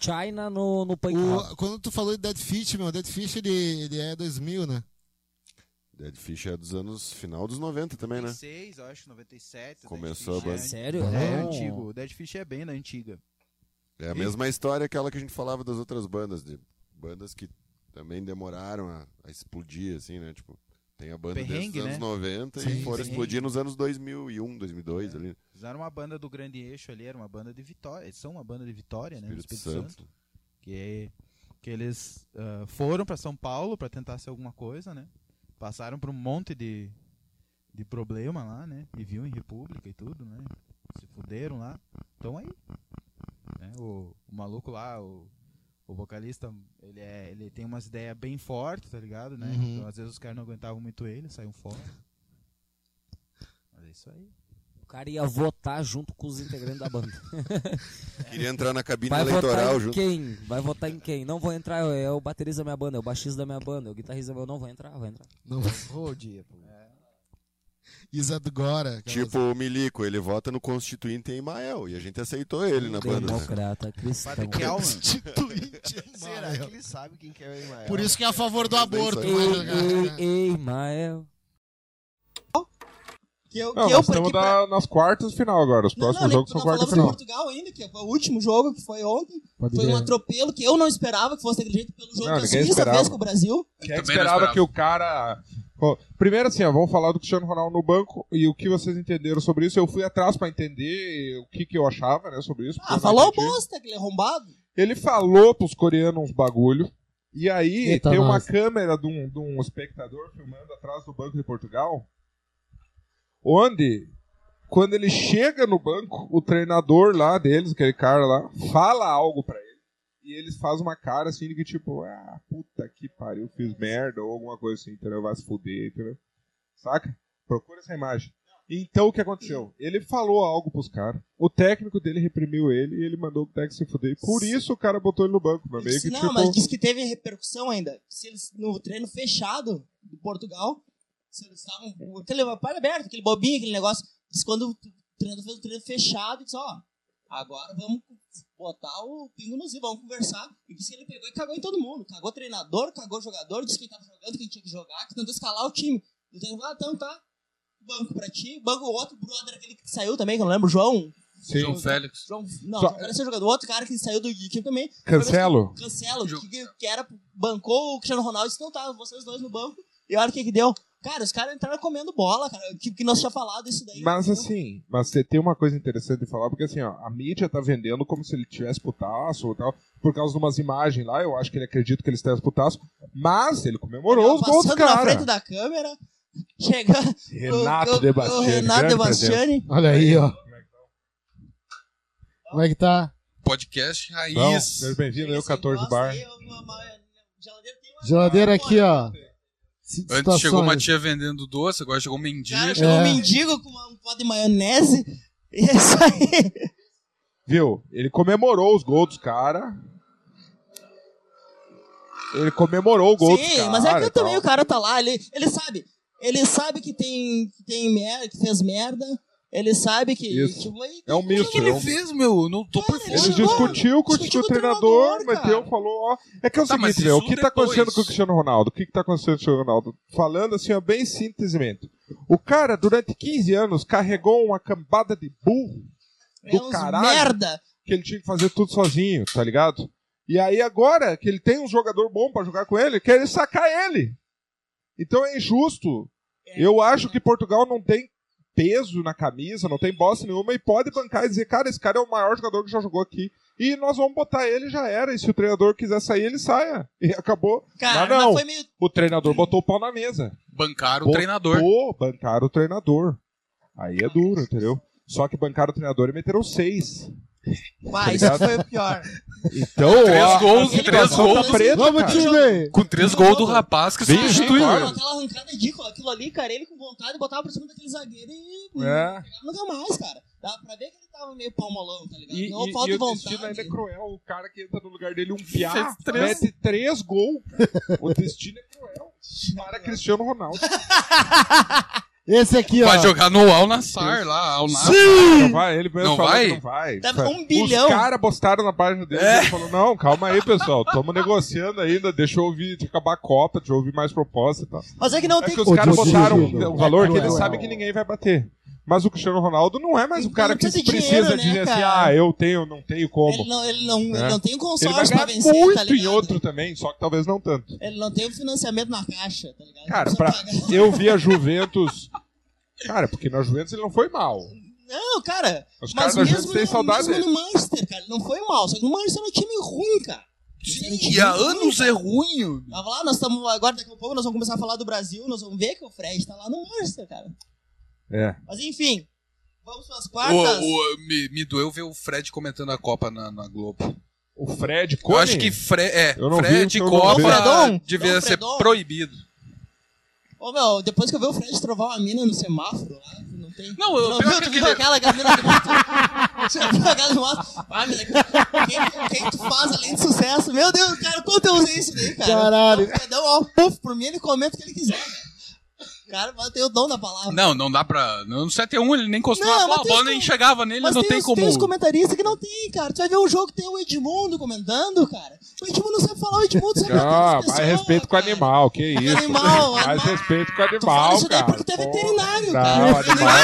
N: China no, no punk rock.
M: O, quando tu falou de Dead Fish, meu, Dead Fish ele, ele é 2000, né?
Q: Dead Fish é dos anos final dos 90 também, né?
K: 96, eu acho, 97.
Q: Começou a
K: Dead
Q: banda.
K: Fish é-
Q: Sério?
K: É,
Q: Não.
K: antigo. Dead Fish é bem da antiga.
Q: É a mesma história aquela que a gente falava das outras bandas, de bandas que também demoraram a, a explodir, assim, né? Tipo, tem a banda
K: Perrengue,
Q: desde os anos
K: né?
Q: 90
K: Sim,
Q: e foram
K: sim.
Q: explodir nos anos 2001, 2002
M: É.
Q: ali.
K: Fizeram uma banda do Grande Eixo ali, era uma banda de Vitória. Eles são uma banda de Vitória, né? do
Q: Espírito Santo.
K: Que, é, que eles ah, foram pra São Paulo pra tentar ser alguma coisa, né? Passaram por um monte de, de problema lá, né? Viviam em República e tudo, né? Se fuderam lá. Então aí. né, O, o maluco lá, o, o vocalista, ele, é, ele tem umas ideias bem fortes, tá ligado? Né?
M: Uhum.
K: Então às vezes os caras não aguentavam muito ele, saíam fora. Mas é isso aí.
N: O cara ia votar junto com os integrantes da banda.
Q: Queria entrar na cabine
N: Vai votar
Q: eleitoral
N: em
Q: junto.
N: Quem? Vai votar em quem? Não vou entrar, eu- é o baterista da minha banda, é o baixista da minha banda, é o guitarrista da minha Não vou entrar, vou entrar.
M: Não
N: vou, dia, pô.
M: Isa do Gora.
Q: Tipo o Milico, ele vota no Constituinte em Emael e a gente aceitou ele na banda.
N: Democrata cristão.
O: Será que ele sabe quem que é o Emael?
M: Por isso que é a favor do aborto.
N: Ei, ei, ei, Mael.
E: Que eu,
C: Não,
E: que eu
C: nós
E: porque
C: estamos
E: pra-
C: na- nas quartas final agora. Os próximos
E: não,
C: jogos
E: não
C: são quartas
E: falamos
C: final.
E: de Portugal ainda, que foi o último jogo que foi ontem.
C: Pode
E: foi
C: crer.
E: um atropelo que eu não esperava que fosse daquele jeito pelo jogo
C: Não,
E: que a
C: ninguém
E: Suíça
C: esperava.
E: fez com o Brasil.
C: Quem é que esperava que o cara. Bom, Primeiro, assim, ó, vamos falar do Cristiano Ronaldo no banco e o que vocês entenderam sobre isso. Eu fui atrás pra entender o que, que eu achava né, sobre isso. porque eu
E: Ah,
C: não
E: falou
C: entendi.
E: bosta, aquele arrombado.
C: Ele falou pros Tá coreanos uns bagulho. E aí
M: Eita,
C: tem uma
M: nós.
C: câmera de um, de um espectador filmando atrás do Banco de Portugal. Onde, quando ele chega no banco, o treinador lá deles, aquele cara lá, fala algo pra ele. E eles fazem uma cara assim de que tipo, ah, puta que pariu, fiz merda ou alguma coisa assim, entendeu? Vai se fuder, entendeu? Saca? Procura essa imagem. Então o que aconteceu? Ele falou algo pros caras. O técnico dele reprimiu ele e ele mandou o técnico se fuder. E por isso o cara botou ele no banco, meu meio que
E: não,
C: tipo.
E: mas disse que teve repercussão ainda. Se eles, no treino fechado de Portugal, se eles estavam. O telefone aberto, aquele bobinho, aquele negócio. Disse que quando o treinador fez o treino fechado, disse: ó, agora vamos botar o pingo nos i, vamos conversar. E disse que ele pegou e cagou em todo mundo. Cagou treinador, cagou jogador, disse quem tava jogando, quem tinha que jogar, que tentou escalar o time. O treinador falou: ah, então tá. Banco pra ti, banco o outro brother, aquele que saiu também, que eu não lembro, João.
C: Sim. João Félix.
E: João, não,
C: Só-
E: João Félix é jogador. Outro cara que saiu do time também.
C: Cancelo.
E: Cancelo, que, que era, bancou o Cristiano Ronaldo e disse, não tá, vocês dois no banco. E olha o que que deu. Cara, os caras entraram comendo bola, cara. Que, que nós tinha falado isso daí.
C: Mas assim, mas você tem uma coisa interessante de falar, porque assim, ó, a mídia tá vendendo como se ele tivesse putaço ou tal, por causa de umas imagens lá, eu acho que ele acredita que ele estivesse putaço, mas ele comemorou os gols,
E: tá Passando na frente
C: cara.
E: da câmera, chegando...
C: Renato
E: o, o,
C: De
E: O
C: Bastiani,
E: Renato
C: grande
E: De Bastiani.
C: presença.
M: Olha aí, ó. Como é que tá?
B: Podcast raiz.
C: Não, seja bem-vindo aí, ao 14 Bar.
M: Geladeira aqui, ó. Si-
B: Antes chegou
M: situações.
B: uma
M: É.
B: tia vendendo doce, agora chegou um mendigo.
E: Cara, chegou um mendigo com uma pó de maionese. E é isso aí.
C: Viu? Ele comemorou os gols dos caras. Ele comemorou o gol dos
E: Sim,
C: caras.
E: mas é que
C: e tal.
E: também o cara tá lá, ele, ele sabe. Ele sabe que tem, que tem merda, que fez merda. Ele sabe que.
C: Isso.
E: Tipo, aí-
C: É um misto.
E: que ele
C: é um-
E: fez,
B: meu? Não tô por
C: Ele discutiu com o treinador, meteu, falou, ó. É que é o
B: Tá, mas
C: seguinte, meu, o
B: isso
C: que tá
B: depois.
C: acontecendo com o Cristiano Ronaldo? O que, que tá acontecendo com o Cristiano Ronaldo? Falando assim, ó, bem sintesemente. O cara, durante 15 anos, carregou uma cambada de burro
E: É
C: do
E: uns
C: caralho.
E: merda.
C: Que ele tinha que fazer tudo sozinho, tá ligado? E aí agora que ele tem um jogador bom pra jogar com ele, querem sacar ele. Então é injusto. Eu acho que Portugal não tem peso na camisa, não tem bosta nenhuma e pode bancar e dizer, cara, esse cara é o maior jogador que já jogou aqui. E nós vamos botar ele já era. E se o treinador quiser sair, ele saia. E acabou.
E: Cara,
C: mas não.
E: mas foi meio-
C: O treinador botou o pau na mesa.
B: Bancaram o
C: Botou
B: treinador.
C: Bancaram o treinador. Aí é duro, entendeu? Só que bancaram o treinador e meteram seis. Tá
R: Mas isso
C: ligado?
R: foi o pior.
C: Então,
S: Três
C: ó,
S: gols,
C: a
S: três
C: situação
S: gols.
C: tá preta,
S: Vamos,
C: cara.
S: time! Com três gols do rapaz que
C: Bem
S: substituiu.
C: claro.
E: Aquela arrancada ridícula, aquilo ali, cara, ele com vontade botava por cima daquele zagueiro e.
C: É.
E: Nunca mais, cara. Dava pra ver que ele tava meio palmolão, tá ligado?
C: E, e,
E: Não,
C: e
E: falta
C: o
E: de
C: destino
E: vontade.
C: ainda é cruel. O cara que entra no lugar dele, um piá,
E: Fez três.
C: mete três gols. cara. O destino é cruel. Para Cristiano Ronaldo.
D: Esse aqui, ó.
C: Vai jogar no Al
D: Nassr
C: lá, Al
D: Nassr.
C: Não vai, ele mesmo
D: Ah, Não
C: falou
D: vai?
C: que não vai.
D: Tá,
C: Fa-
D: um bilhão.
C: Os caras postaram na página dele
D: É.
C: e ele falou, não, calma aí, pessoal, estamos negociando ainda, deixa eu ouvir, deixa eu acabar a Copa, deixa eu ouvir mais propostas e tal.
E: Mas é que não tem- né?
C: que os
E: Ô,
C: caras
E: Diogo,
C: botaram
E: Diogo,
C: um valor que
E: cruel.
C: eles sabem que ninguém vai bater. Mas o Cristiano Ronaldo não é mais o cara que
E: precisa
C: precisa
E: de dinheiro, né,
C: de dizer assim,
E: cara?
C: ah, eu tenho, não tenho como.
E: Ele não, ele não,
C: né?
E: ele não tem um
C: Ele vai
E: consórcio pra
C: ganhar
E: vencer,
C: muito
E: tá
C: em
E: ligado?
C: outro também, só que talvez não tanto.
E: é. Ele não tem o financiamento na caixa, tá ligado?
C: Cara, pra... eu vi a Juventus. Cara, porque na Juventus ele não foi mal.
E: Não, cara.
C: Os
E: mas
C: caras da
E: mesmo
C: Juventus têm
E: no,
C: saudade
E: mesmo
C: dele.
E: no Manchester, cara, ele não foi mal. Só que no Manchester era um time ruim, cara. Um Sim,
R: E há anos é ruim.
E: Tava lá, nós estamos. Agora, daqui a pouco, nós vamos começar a falar do Brasil. Nós vamos ver que o Fred tá lá no Manchester, cara.
C: É.
E: Mas enfim, vamos para as quartas.
B: O, o- me, me doeu ver o Fred comentando a Copa na, na Globo.
C: O Fred
B: Eu
C: Cone?
B: acho que Fre é,
C: Eu não vi, então
B: Fred
C: eu não
B: Copa
C: vi. Fredon?
B: devia
E: Não,
B: ser
E: Fredon?
B: proibido.
E: Ô, meu, depois que eu vi o Fred trovar uma mina no semáforo lá, não tem.
B: Não, eu-
E: não
B: pior
E: viu,
B: que
E: tu viu
B: aquele-
E: aquela que a mina do mato. Você viu aquela do mato? Ah, mina, quem, quem tu faz além de sucesso? Meu Deus, cara, quanto eu usei isso daí, cara?
D: Caralho.
E: O Fredão, ó, puf, por mim ele comenta o que ele quiser. Cara, mas tem o dom da palavra.
S: Não, não dá pra. No 7x1 ele nem encostou
E: Não, mas
S: na bola, a
E: tem
S: bola
E: os
S: nem
E: com-
S: chegava nele,
E: Mas
S: não
E: tem,
S: tem,
E: os-
S: como.
E: Tem os comentaristas que não tem, cara. Tu vai ver um jogo que tem o Edmundo comentando, cara. O Edmundo não sabe falar, o Edmundo sabe
C: Ah, mais respeito com o animal, que isso.
E: né? animal,
C: mais respeito com o
E: Tu fala
C: animal,
E: isso daí
C: cara.
E: porque tu é veterinário,
C: Não, o
E: cara.
C: animal,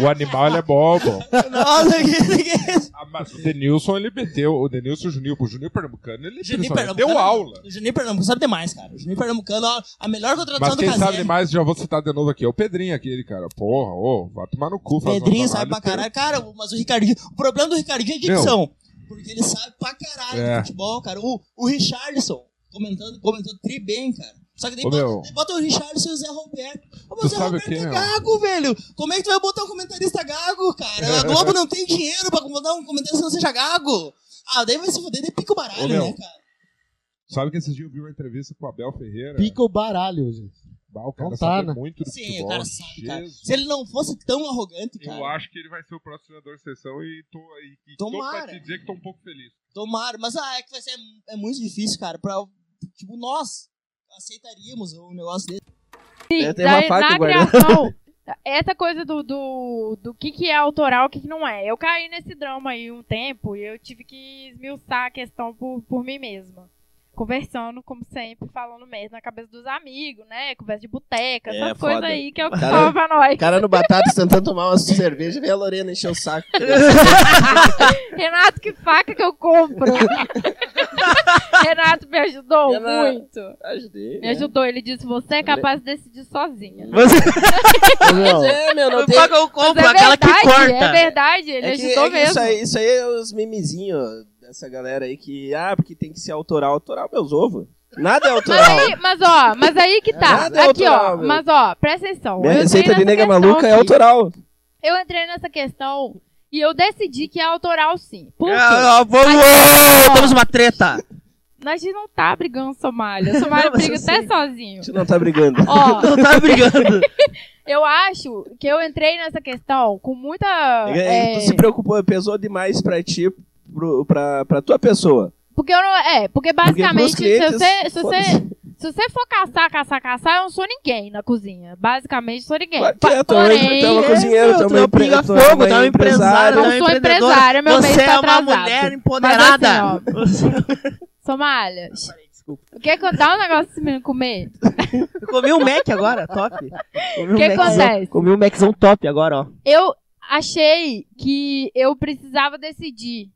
C: o animal ele é bobo.
E: Nossa, que- é que-
C: Ah, mas o Denilson, ele meteu. O Denilson Juninho, o Juninho Pernambucano, ele é
E: Juninho Pernambucano-
C: impressionou, deu aula.
E: O Juninho Pernambucano sabe demais, cara. O Juninho Pernambucano, ó, a melhor contratação
C: Mas quem
E: é do
C: sabe
E: Casemiro.
C: demais, já vou citar de novo aqui, é o Pedrinho aquele, cara. Porra, ô, vai tomar no cu. faz um
E: Pedrinho sabe
C: trabalho
E: pra
C: per-
E: caralho. Cara, mas o Ricardinho. O problema do Ricardinho é dicção. Porque ele sabe pra caralho
C: É.
E: de futebol, cara. O, o Richardson comentando, comentando tri bem, cara. Só que daí
C: Ô,
E: bota,
C: meu.
E: daí bota o Richardson e o Zé Roberto. Ô, mas
C: Tu
E: o Zé
C: sabe né? o
E: Roberto
C: que,
E: é
C: meu?
E: gago, velho. Como é que tu vai botar um comentarista gago, cara? A Globo não tem dinheiro pra botar um comentarista que não seja gago. Ah, daí vai se fuder, daí pica o baralho,
C: Ô, meu.
E: né, cara?
C: Sabe que esses dias eu vi uma entrevista com o Abel Ferreira.
D: Pica o baralho, gente.
C: Bah, o cara
D: Não tá,
C: sabe
D: né?
C: muito do
E: Sim, o
C: futebol.
E: cara sabe, cara.
C: Jesus.
E: Se ele não fosse tão arrogante, cara.
C: Eu acho que ele vai ser o patrocinador da sessão e tô, e, e
E: Tomara.
C: tô pra te dizer que tô um pouco feliz.
E: Tomara, mas ah, é que vai ser é muito difícil, cara. Pra, tipo, nós aceitaríamos um negócio desse.
T: Sim,
E: Eu tenho
T: daí,
E: uma faca
T: na
E: guardada.
T: criação, essa coisa do, do, do que, que é autoral e o que, que não é. Eu caí nesse drama aí um tempo e eu tive que esmiuçar a questão por, por mim mesma. Conversando, como sempre, falando mesmo na cabeça dos amigos, né? Conversa de boteca,
R: É, foda.
T: essas coisas aí que é o que
R: Cara-
T: salva nós.
R: O cara no Batata tentando tomar uma cerveja e vem a Lorena encher o saco.
T: Renato, que faca que eu compro. Renato me ajudou
R: Renato,
T: muito.
R: Ajudei. né?
T: Me ajudou, ele disse, você é capaz de decidir sozinha.
R: Mas- Mas é, meu, não tem...
T: Faca eu compro, Mas é aquela que verdade, corta. é verdade, ele
R: É que-
T: ajudou
R: é que Isso
T: mesmo.
R: aí, isso aí é os mimizinhos dessa galera aí que, ah, porque tem que ser autoral. Autoral, meus ovos. Nada é
T: Mas
R: autoral.
T: aí, mas ó, mas aí que tá.
R: Nada é
T: aqui, ó.
R: autoral, meu.
T: Mas ó, presta atenção.
R: Minha
T: Eu
R: receita de
T: entrei,
R: nega
T: nessa
R: maluca é
T: questão aqui.
R: autoral.
T: eu entrei nessa questão e eu decidi que é autoral sim. Por quê?
R: Ah, ah, vamos,
T: Mas-
R: temos uma treta.
T: A gente não tá brigando, Somália. Somália
R: Não, mas
T: briga
R: eu
T: até
R: sei.
T: sozinho.
R: A gente não tá brigando.
T: Ó.
R: não tá brigando.
T: Eu acho que eu entrei nessa questão com muita.
R: É,
T: é,
R: Tu se preocupou, pesou demais pra ti, pro, pra, pra tua pessoa.
T: Porque eu não. É, porque basicamente,
R: Porque pros
T: se, você,
R: clientes,
T: se, você,
R: foda-se.
T: se você for caçar, caçar, caçar, eu não sou ninguém na cozinha. Basicamente, sou ninguém.
R: Tu é, tu é uma- tu é uma cozinheira, tu é uma
T: eu
R: empre- tu é
T: fogo,
R: uma
T: tu é uma
R: empresária.
T: eu sou empresária, meu
R: Você
T: mês tá
R: é uma
T: atrasado.
R: mulher
T: Mas assim, ó,
R: empoderada.
T: Somália. O que que eu- dá um negócio pra esse menino comer?
R: Eu comi um Mac agora, top. Comi
T: O que
R: Maczão-
T: acontece?
R: Comi um Maczão top agora,
O: É,
R: ó.
T: Eu achei que eu precisava decidir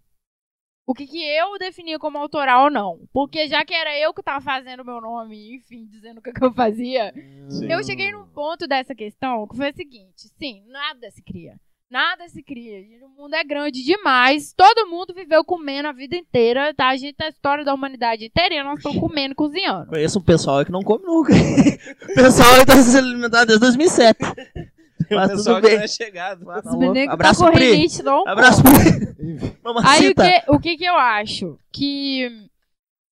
T: o que, que eu definia como autoral ou não. Porque já que era eu que tava fazendo meu nome, enfim, dizendo o que, que eu fazia,
J: Sim.
T: eu cheguei num ponto dessa questão que foi o seguinte: sim, nada se cria. Nada se cria. gente. O mundo é grande demais. Todo mundo viveu comendo a vida inteira, tá? A gente tá a história da humanidade inteira e nós estamos comendo e cozinhando.
R: Conheço um pessoal aí que não come nunca. O pessoal aí tá se alimentando desde 2007. Mas tudo
U: pessoal
R: bem.
U: que não é chegado. Ah, tá
T: Os
U: louco.
T: meninos que
U: Abraço,
T: tá com
U: Pri.
T: rinite, não
U: Abraço, Pri.
T: Aí o
U: Mamacita.
T: que, o que que eu acho? Que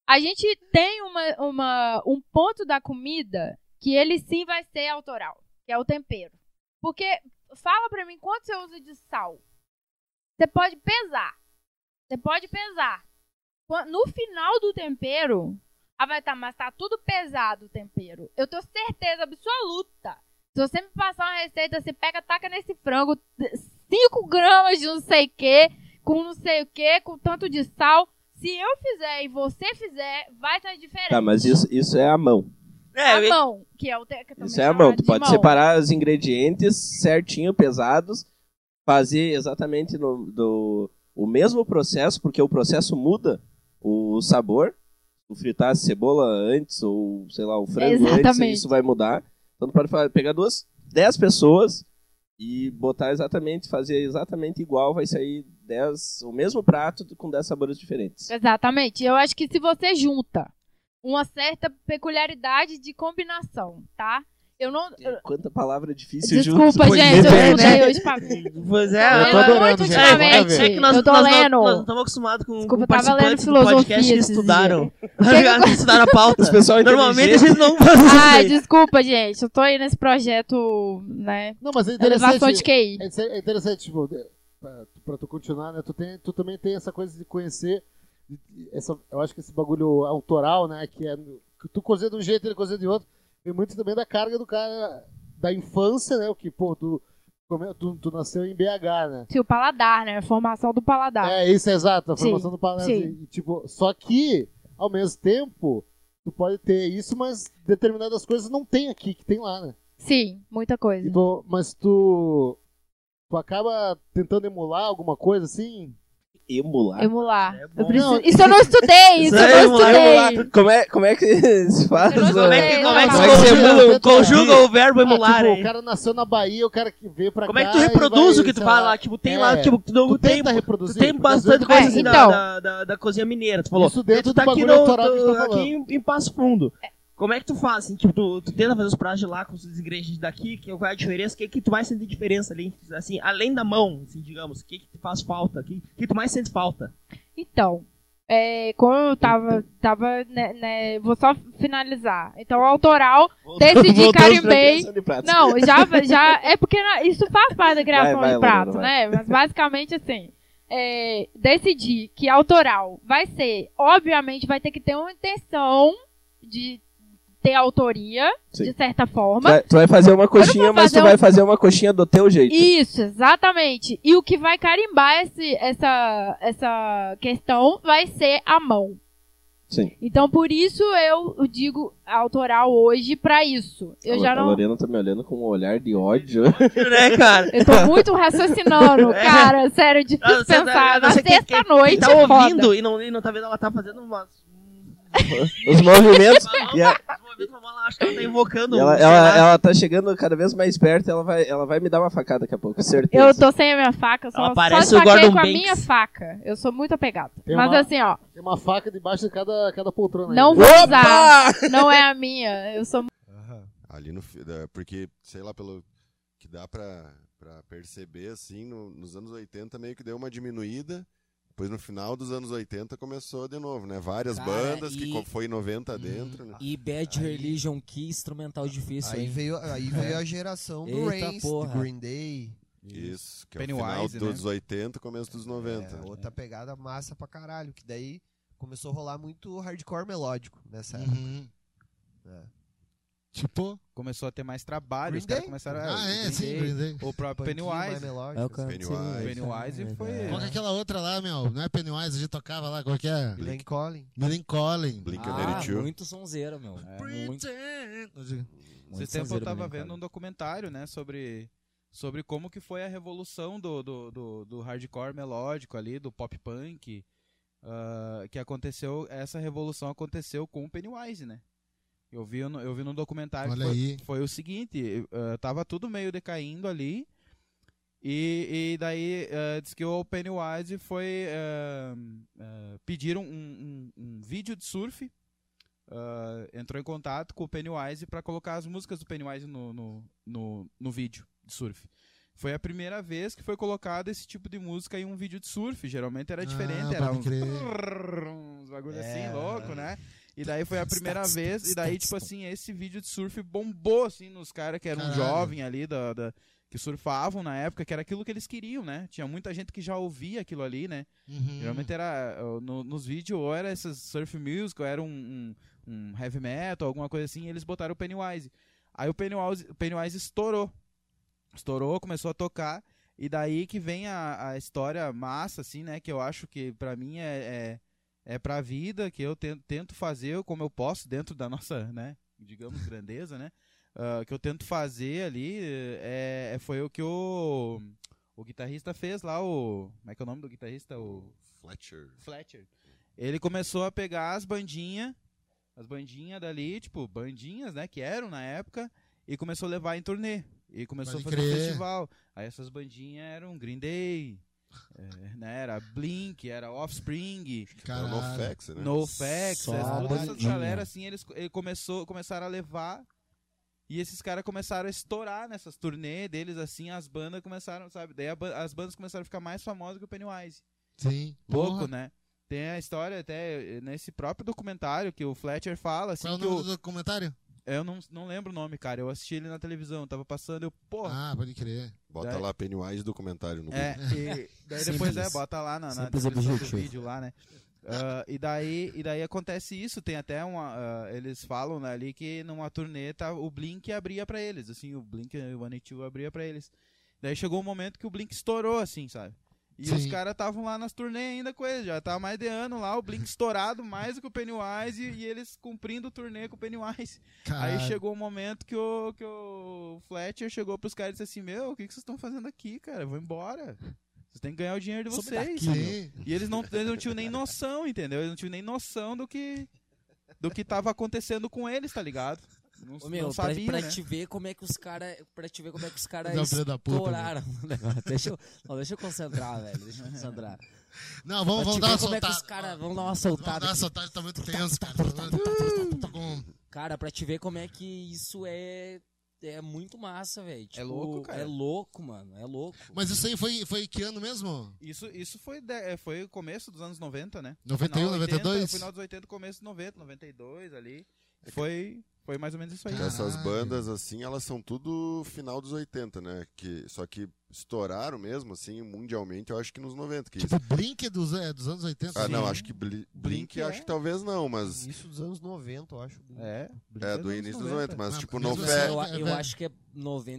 T: a gente tem uma, uma- um ponto da comida que ele sim vai ser autoral, que é o tempero. Porque fala pra mim quanto você usa de sal. Você pode pesar. Você pode pesar. Qua- No final do tempero, ah, vai tá, mas tá tudo pesado o tempero. Eu tenho certeza absoluta. Se você me passar uma receita, você pega, taca nesse frango 5 gramas de não sei o que, com não sei o que, com tanto de sal. Se eu fizer e você fizer, vai estar diferente.
U: Tá, mas isso, isso é a mão.
T: a mão, que é o te... que eu também
U: Isso é a
T: chamo
U: mão. Tu
T: de
U: pode
T: mão.
U: separar os ingredientes certinho, pesados, fazer exatamente no, do, o mesmo processo, porque o processo muda o sabor. Tu fritar a cebola antes, ou sei lá, o frango antes,
T: Exatamente.
U: isso vai mudar. Então tu pode fa- pegar duas, dez pessoas e botar exatamente, fazer exatamente igual, vai sair dez, o mesmo prato com dez sabores diferentes.
T: Exatamente. Eu acho que se você junta uma certa peculiaridade de combinação, tá? Eu não. eu-
U: Quanta palavra difícil
T: Desculpa,
U: junto. Pois
T: gente,
U: é,
T: eu mudei
U: né?
T: hoje pra mim.
U: Pois é,
T: Eu tô adorando, gente, vamos ver.
U: É que nós-
T: Eu tô
U: nós-
T: lendo. Nós
U: nós- nós-
T: não
U: estamos acostumados com,
T: Desculpa,
U: com
T: eu tava
U: participantes
T: lendo
E: um
U: do podcast
T: filosofia
U: que
T: esses
U: estudaram.
T: dias. O que que eu-
U: Estudaram a pauta. Os pessoal
T: Normalmente
U: inteligente.
T: eles não
U: fazem isso
T: Ah,
U: aí.
T: desculpa, gente. Eu tô aí nesse projeto, né?
D: Não, mas é
T: Elevação
D: interessante.
T: de QI.
D: É inter- é interessante, tipo, de- pra, pra tu continuar, né? Tu, tem, tu também tem essa coisa de conhecer. de- de- Essa, eu acho que esse bagulho autoral, né? Que é. no- Que tu cozinha de um jeito, ele cozinha de outro. E muito também da carga do cara da infância, né? O que, pô, tu, come- tu, tu nasceu em BH, né?
T: Sim, o paladar, né? A formação do paladar.
D: É, isso é exato, a
T: Sim,
D: formação do paladar.
T: sim.
D: E, tipo, só que, ao mesmo tempo, tu pode ter isso, mas determinadas coisas não tem aqui, que tem lá, né?
T: Sim, muita coisa.
D: Tipo, mas tu. Tu acaba tentando emular alguma coisa assim?
U: Emular?
T: Emular. Eu preciso-
D: Não,
T: Isso eu não estudei, isso eu não estudei.
U: um Como é, como é que se faz?
T: Como é que- como é que se
U: conjuga, conjuga o verbo
D: Ah,
U: emular?
D: tipo,
U: aí?
D: o
T: né?
D: cara nasceu na Bahia, o cara que veio pra
U: Como
D: cá.
U: é que tu
D: e
U: reproduz
D: vai, então. É.
U: o que tu
D: sei
U: fala lá? Tipo, tem lá, tipo, tu não- tem-
D: tenta reproduzir.
U: tem
D: porque
U: bastante
D: às vezes-
U: coisa
T: É,
U: assim na- Então.
D: na-
U: na- da, da cozinha mineira. Tu
D: falou,
U: falou,
D: Isso dentro
U: tu
D: tu
U: tá
D: tá do
U: aqui,
D: aqui bagulho no- autoral que a gente tá
U: aqui
D: falando.
U: em, em Passo Fundo. Como é que tu faz? Assim, tipo, tu, tu tenta fazer os pratos de lá com os ingredientes daqui, que, qual é a diferença? O que, que tu mais sente de diferença ali? Assim, além da mão, assim, digamos, o que, que tu faz falta? O que, que tu mais sente falta?
T: Então, é, como eu tava. tava né, né, vou só finalizar. Então, o autoral, decidi,
U: voltamos pra
T: carimbei.
U: criação de pratos.
T: Não, já, já. É porque na- isso faz parte da criação
U: vai,
T: de
U: Lorena,
T: prato,
U: vai.
T: né? Mas basicamente assim. É, decidi que autoral vai ser. Obviamente, vai ter que ter uma intenção de ter autoria,
U: Sim.
T: de certa forma. Eu não vou um-
U: uma coxinha do teu jeito.
T: isso, exatamente. E o que vai carimbar esse- essa, essa questão vai ser a mão.
U: Sim.
T: Então, por isso eu digo autoral hoje pra isso. Eu já não.
U: tá me olhando com um olhar de ódio.
T: Né, cara? Eu tô muito raciocinando,
U: É.
T: cara. Sério, difícil
U: Você tá-
T: pensar. Na
U: você que-
T: sexta-noite.
U: que Tá
T: é foda.
U: ouvindo e, não, e não tá vendo, ela tá fazendo umas. Os movimentos. e a-
R: Acho que ela tá invocando.
U: ela, ela, ela tá chegando cada vez mais perto, ela vai, ela vai me dar uma facada daqui a pouco, certeza.
T: Eu tô sem a minha faca, eu só,
U: Ela
T: só
U: parece o
T: saquei
U: Gordon
T: com a
U: Banks.
T: minha faca. Eu sou muito apegada.
D: Tem
T: Mas
D: uma-
T: assim, ó.
D: Tem uma faca debaixo de cada, cada poltrona. aí.
T: Não vou usar. Não é a minha. Eu sou
Q: Ali no fi- da- porque sei lá pelo que dá pra, pra perceber assim, no- nos anos 80 meio que deu uma diminuída. Depois no final dos anos 80 começou de novo, né? Várias
N: Cara,
Q: bandas que
N: e-
Q: co- foi
K: Uhum.
Q: 90 dentro, né?
N: E Bad Religion, que instrumental difícil,
O: Aí
N: hein? É.
O: veio, aí veio a geração do
N: Eita
O: Rains, do
N: porra.
O: Green Day.
Q: Isso, que é o
O: Pennywise,
Q: final
O: né?
Q: dos 80, começo dos 90.
O: É, outra pegada massa pra caralho, que daí começou a rolar muito hardcore melódico nessa É.
M: Uhum.
O: época.
M: Tipo?
K: Começou a ter mais trabalho,
O: Green
K: os caras
O: Day?
K: começaram a...
M: Ah, é,
K: Green
M: sim,
K: Day,
M: Green Day.
K: O próprio
O: Punkinho, mais
K: Pennywise.
O: melódico. É o canto,
K: Pennywise. Pennywise foi...
M: Qual que é aquela outra lá, meu? Não é Pennywise, a gente tocava lá, qual que é?
O: Glenn Collin.
M: Millen Collin.
N: Ah, muito sonzeiro, meu.
K: É.
N: Muito...
K: Esse
N: Muito
K: tempo eu
N: sonzeiro,
K: tava
N: Green
K: vendo um documentário, né, sobre, sobre como que foi a revolução do, do, do, do hardcore melódico ali, do pop punk, ah, que aconteceu, essa revolução aconteceu com o Pennywise, né? Eu vi, no- eu vi num documentário
M: Olha
K: que foi,
M: aí.
K: foi o seguinte, ah, tava tudo meio decaindo ali, e, e daí eh, diz que o Pennywise foi. eh, eh, pediram um, um- um vídeo de surf. eh, entrou em contato com o Pennywise para colocar as músicas do Pennywise no, no, no, no vídeo. de surf. Foi a primeira vez que foi colocado esse tipo de música em um vídeo de surf. Geralmente era diferente, era
M: Ah, pode
K: um-
M: crer.
K: uns bagulho assim,
M: É.
K: louco, né? E daí foi a primeira vez, e daí, tipo assim, esse vídeo de surf bombou, assim, nos caras que eram
M: Caralho.
K: jovem ali, da, da- que surfavam na época, que era aquilo que eles queriam, né? Tinha muita gente que já ouvia aquilo ali, né?
M: Uhum.
K: Geralmente era, ó, no- nos vídeos, ou era essas surf music, ou era um, um- um heavy metal, alguma coisa assim, e eles botaram o Pennywise. Aí o Pennywise, o Pennywise estourou estourou, começou a tocar. E daí que vem a, a história massa, assim, né? Que eu acho que pra mim é, é, é pra vida, que eu ten- tento fazer como eu posso dentro da nossa, né? Digamos, grandeza, né? ah, que eu tento fazer ali é, é- foi o que o, o guitarrista fez lá, o... Como é que é o nome do guitarrista? O...
Q: Fletcher.
K: Fletcher. Ele começou a pegar as bandinhas, as bandinhas dali, tipo, bandinhas, né, que eram na época, e começou a levar em turnê. E começou
M: Pode
K: a fazer um
M: crer.
K: festival. Aí essas bandinhas eram Green Day, é, né, era Blink, era Offspring,
M: Caralho. Era NoFX, né?
K: NoFX,
M: Só
K: essa-
M: a
K: todas essas
M: bandinha.
K: galera assim, eles ele começou, começaram a levar e esses caras começaram a estourar nessas turnê deles, assim, as bandas começaram, sabe? Daí a ba- as bandas começaram a ficar mais famosas que o Pennywise.
M: Sim.
K: Pouco,
M: Porra.
K: né? Tem a história até eh, nesse próprio documentário que o Fletcher fala, assim.
M: Qual é o
K: que
M: nome do documentário?
K: Eu não, não lembro o nome, cara. Eu assisti ele na televisão, tava passando, eu, porra.
M: Ah, pode crer.
Q: Bota
K: Daí-
Q: lá Pennywise documentário no
K: É,
Q: Google.
K: e daí depois é,
M: Simples.
K: bota lá na, na
M: Simples
K: descrição do
M: objetivo.
K: vídeo lá, né? Ah, e, daí, e daí acontece isso, tem até uma. ah, eles falam né, ali que numa turnê tá, o Blink abria pra eles, assim, o Blink o One abria pra eles. Daí chegou um momento que o Blink estourou, assim, sabe? E os caras estavam lá nas turnê ainda com eles, já tá há mais de ano lá, o Blink estourado mais do que o Pennywise e, e eles cumprindo o turnê com o Pennywise.
M: Caralho.
K: Aí chegou um momento que o, que o Fletcher chegou pros caras e disse assim: Meu, o que, que vocês estão fazendo aqui, cara? Eu vou embora. Vocês têm que ganhar o dinheiro de
M: Some
K: vocês.
M: daqui,
K: meu."
M: meu.
K: e eles não, eles não tinham nem noção, entendeu? Eles não tinham nem noção do que, do que tava acontecendo com eles, tá ligado? Não,
N: Ô, meu,
K: não
N: pra,
K: sabia,
N: pra
K: né?
N: te ver como é que os caras. Pra te ver como é que os caras
M: Não, filho da puta,
N: estouraram.
M: meu.
N: o negócio. deixa, eu, não, deixa eu concentrar, velho. Deixa eu concentrar.
M: Não, vamos,
N: Pra
M: vamos
N: te
M: dar
N: ver
M: uma
N: como é que
M: soltada.
N: os cara- Vamos dar uma
M: Vamos dar
N: soltada.
M: uma
N: aqui.
M: soltada, tá muito tenso, cara. Tá- tá com-
N: Cara, pra te ver como é que isso é. É muito massa, velho. Tipo,
K: louco, cara.
N: É louco, mano. É louco.
M: Mas isso aí foi, foi que ano mesmo?
K: Isso, isso foi, de- eh, foi o começo dos anos 90, né?
M: 91,
K: Final
M: 92?
K: Final dos 80, começo dos 90, 92 ali. Foi, foi mais ou menos isso aí.
Q: Porque Essas bandas, assim, elas são tudo final dos 80, né? Que, só que estouraram mesmo, assim, mundialmente, eu acho que nos 90. Que
M: Tipo, Blink é dos, é, dos anos 80?
Q: Ah,
M: sim.
Q: não, acho que Bli- Blink,
M: Blink
Q: acho
M: é.
Q: que talvez não, mas.
O: Isso dos anos 90, eu acho.
K: É,
Q: É, do início dos 90, mas, tipo, não
N: Ah, Mas assim,
Q: fé.
N: eu, eu acho que é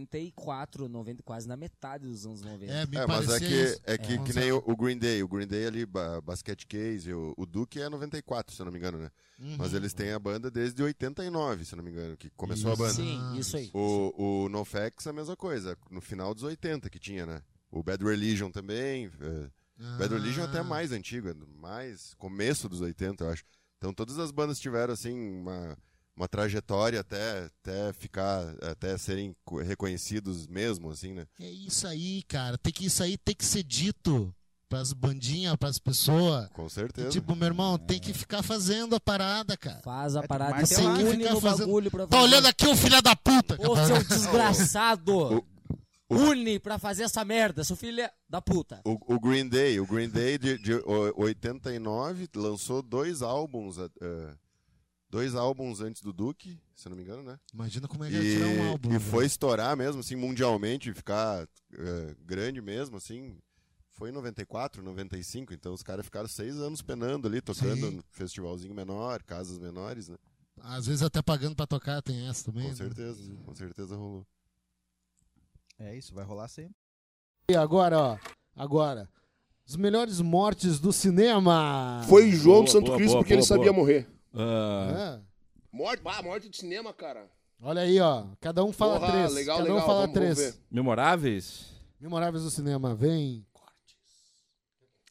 N: 94, 90, quase na metade dos anos 90.
M: É, me
Q: É, mas é
M: parecia
Q: que,
M: isso.
Q: é que,
M: É.
Q: que nem o, o Green Day. O Green Day é ali, ba- Basket Case, o, o Duke é 94, se eu não me engano, né?
M: Uhum.
Q: Mas eles têm a banda desde 89, se eu não me engano, que começou
M: Isso.
Q: a banda.
M: Sim, isso aí.
Q: O, o NoFX, a mesma coisa, no final dos 80 que tinha, né? O Bad Religion também. eh, Bad Religion
M: Ah.
Q: é até mais antigo, é do- mais começo dos 80, eu acho. Então todas as bandas tiveram, assim, uma, uma trajetória até, até ficar, até serem co- reconhecidos mesmo, assim, né?
M: É isso aí, cara. Tem que, isso aí tem que ser dito pras bandinhas, pras pessoas.
Q: Com certeza.
M: Tipo, meu irmão, tem que ficar fazendo a parada, cara.
N: Faz a parada.
M: Você
N: tem
M: tem que
N: une
M: ficar
N: no
M: fazendo-
N: bagulho pra
M: Tá
N: fazer. um-
M: olhando aqui, ô filho da puta! cara.
N: Ô, seu desgraçado! Une pra fazer essa merda, seu filho é da puta.
Q: O, o Green Day, o Green Day de, de o- 89 lançou dois álbuns, eh, dois álbuns antes do Duke, se eu não me engano, né?
M: Imagina como é que ia
Q: E,
M: tirar um álbum.
Q: e foi estourar mesmo, assim, mundialmente, ficar eh, grande mesmo, assim. Foi em 94, 95, então os caras ficaram seis anos penando ali, tocando
M: Sim.
Q: no festivalzinho menor, casas menores, né?
M: Às vezes até pagando pra tocar, tem essa também.
Q: Com
M: né?
Q: certeza, com certeza rolou.
K: É isso, vai rolar sempre.
D: E agora, ó. Agora. As melhores mortes do cinema.
H: Foi João do Santo Cristo porque ele sabia morrer.
I: É.
D: Ah.
H: É. Morte, ah, morte do cinema, cara.
D: Olha aí, ó. Cada um fala
H: Porra,
D: três.
H: legal,
D: Cada um
H: legal,
D: fala
H: vamos-
D: três.
H: vamos ver.
I: Memoráveis?
D: Memoráveis do cinema, vem.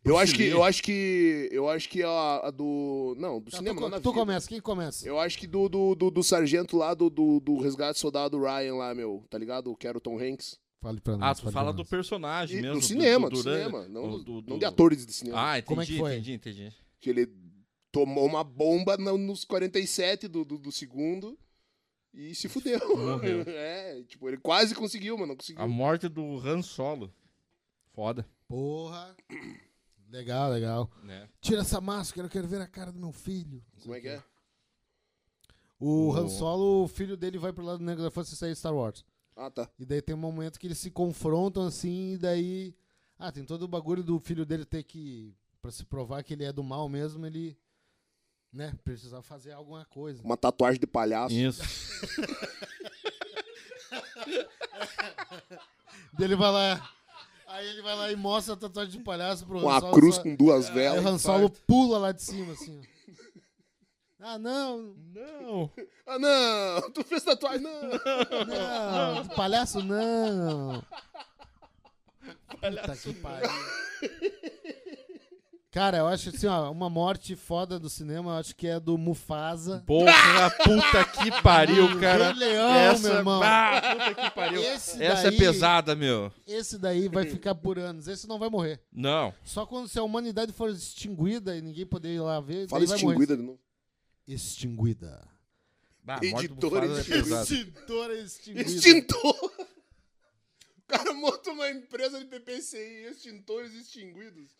H: Eu acho que, eu acho que, eu acho que a, a do, não, do
D: Tá,
H: cinema,
D: tu,
H: não da
D: tu
H: vida.
D: começa, quem começa?
H: Eu acho que do, do, do, do sargento lá, do, do, do resgate soldado Ryan lá, meu, tá ligado? Que era o Tom Hanks.
D: Fale pra
I: Ah,
D: nós.
I: tu fala do personagem
H: E
I: mesmo.
H: do cinema, do
I: Duran-
H: cinema, não
I: do-
H: do-
I: do-
H: não
I: do-
H: de atores de cinema.
I: Ah, entendi,
H: Como é que foi?
I: entendi, entendi. é
H: Que ele tomou uma bomba no- nos 47 do, do, do segundo e se fudeu.
I: Morreu.
H: É, tipo, ele quase conseguiu, mas não conseguiu.
I: A morte do Han Solo. Foda.
D: Porra. Legal, legal.
I: Né?
D: Tira essa máscara, eu quero ver a cara do meu filho.
H: Como é que é?
D: O
H: O-
D: Han Solo, o filho dele vai pro lado negro da força e sai Star Wars.
H: Ah, tá.
D: E daí tem um momento que eles se confrontam assim, e daí. Ah, tem todo o bagulho do filho dele ter que. Pra se provar que ele é do mal mesmo, ele. Né? Precisava fazer alguma coisa.
H: Uma tatuagem de palhaço.
I: Isso.
D: Daí ele vai lá. Aí ele vai lá e mostra a tatuagem de palhaço pro
H: Uma
D: Han Solo, "Ah,
H: cruz
D: só-
H: com duas
D: Aí
H: velas.
D: o Han Solo pula lá de cima, assim. ó. Ah, não!
I: Não!
H: Ah, não! Tu fez tatuagem, não!
D: Não! Palhaço, não! Palhaço que pariu. Cara, eu acho assim, ó, uma morte foda do cinema, eu acho que é do Mufasa.
I: Porra, puta que pariu,
D: Do
I: cara.
D: Rei Leão,
I: Essa-
D: meu irmão.
I: Ah, puta que pariu.
D: Esse
I: Essa
D: daí-
I: é pesada, meu.
D: Esse daí vai ficar por anos. Esse não vai morrer.
I: Não.
D: Só quando se a humanidade for extinguida e ninguém poder ir lá ver.
H: Fala
D: daí vai morrer.
H: extinguida de novo.
D: Extinguida.
I: Bah,
H: Editora
I: é
D: é Extintora é extinguida.
H: Extintor! O cara monta uma empresa de PPCI, extintores extinguidos.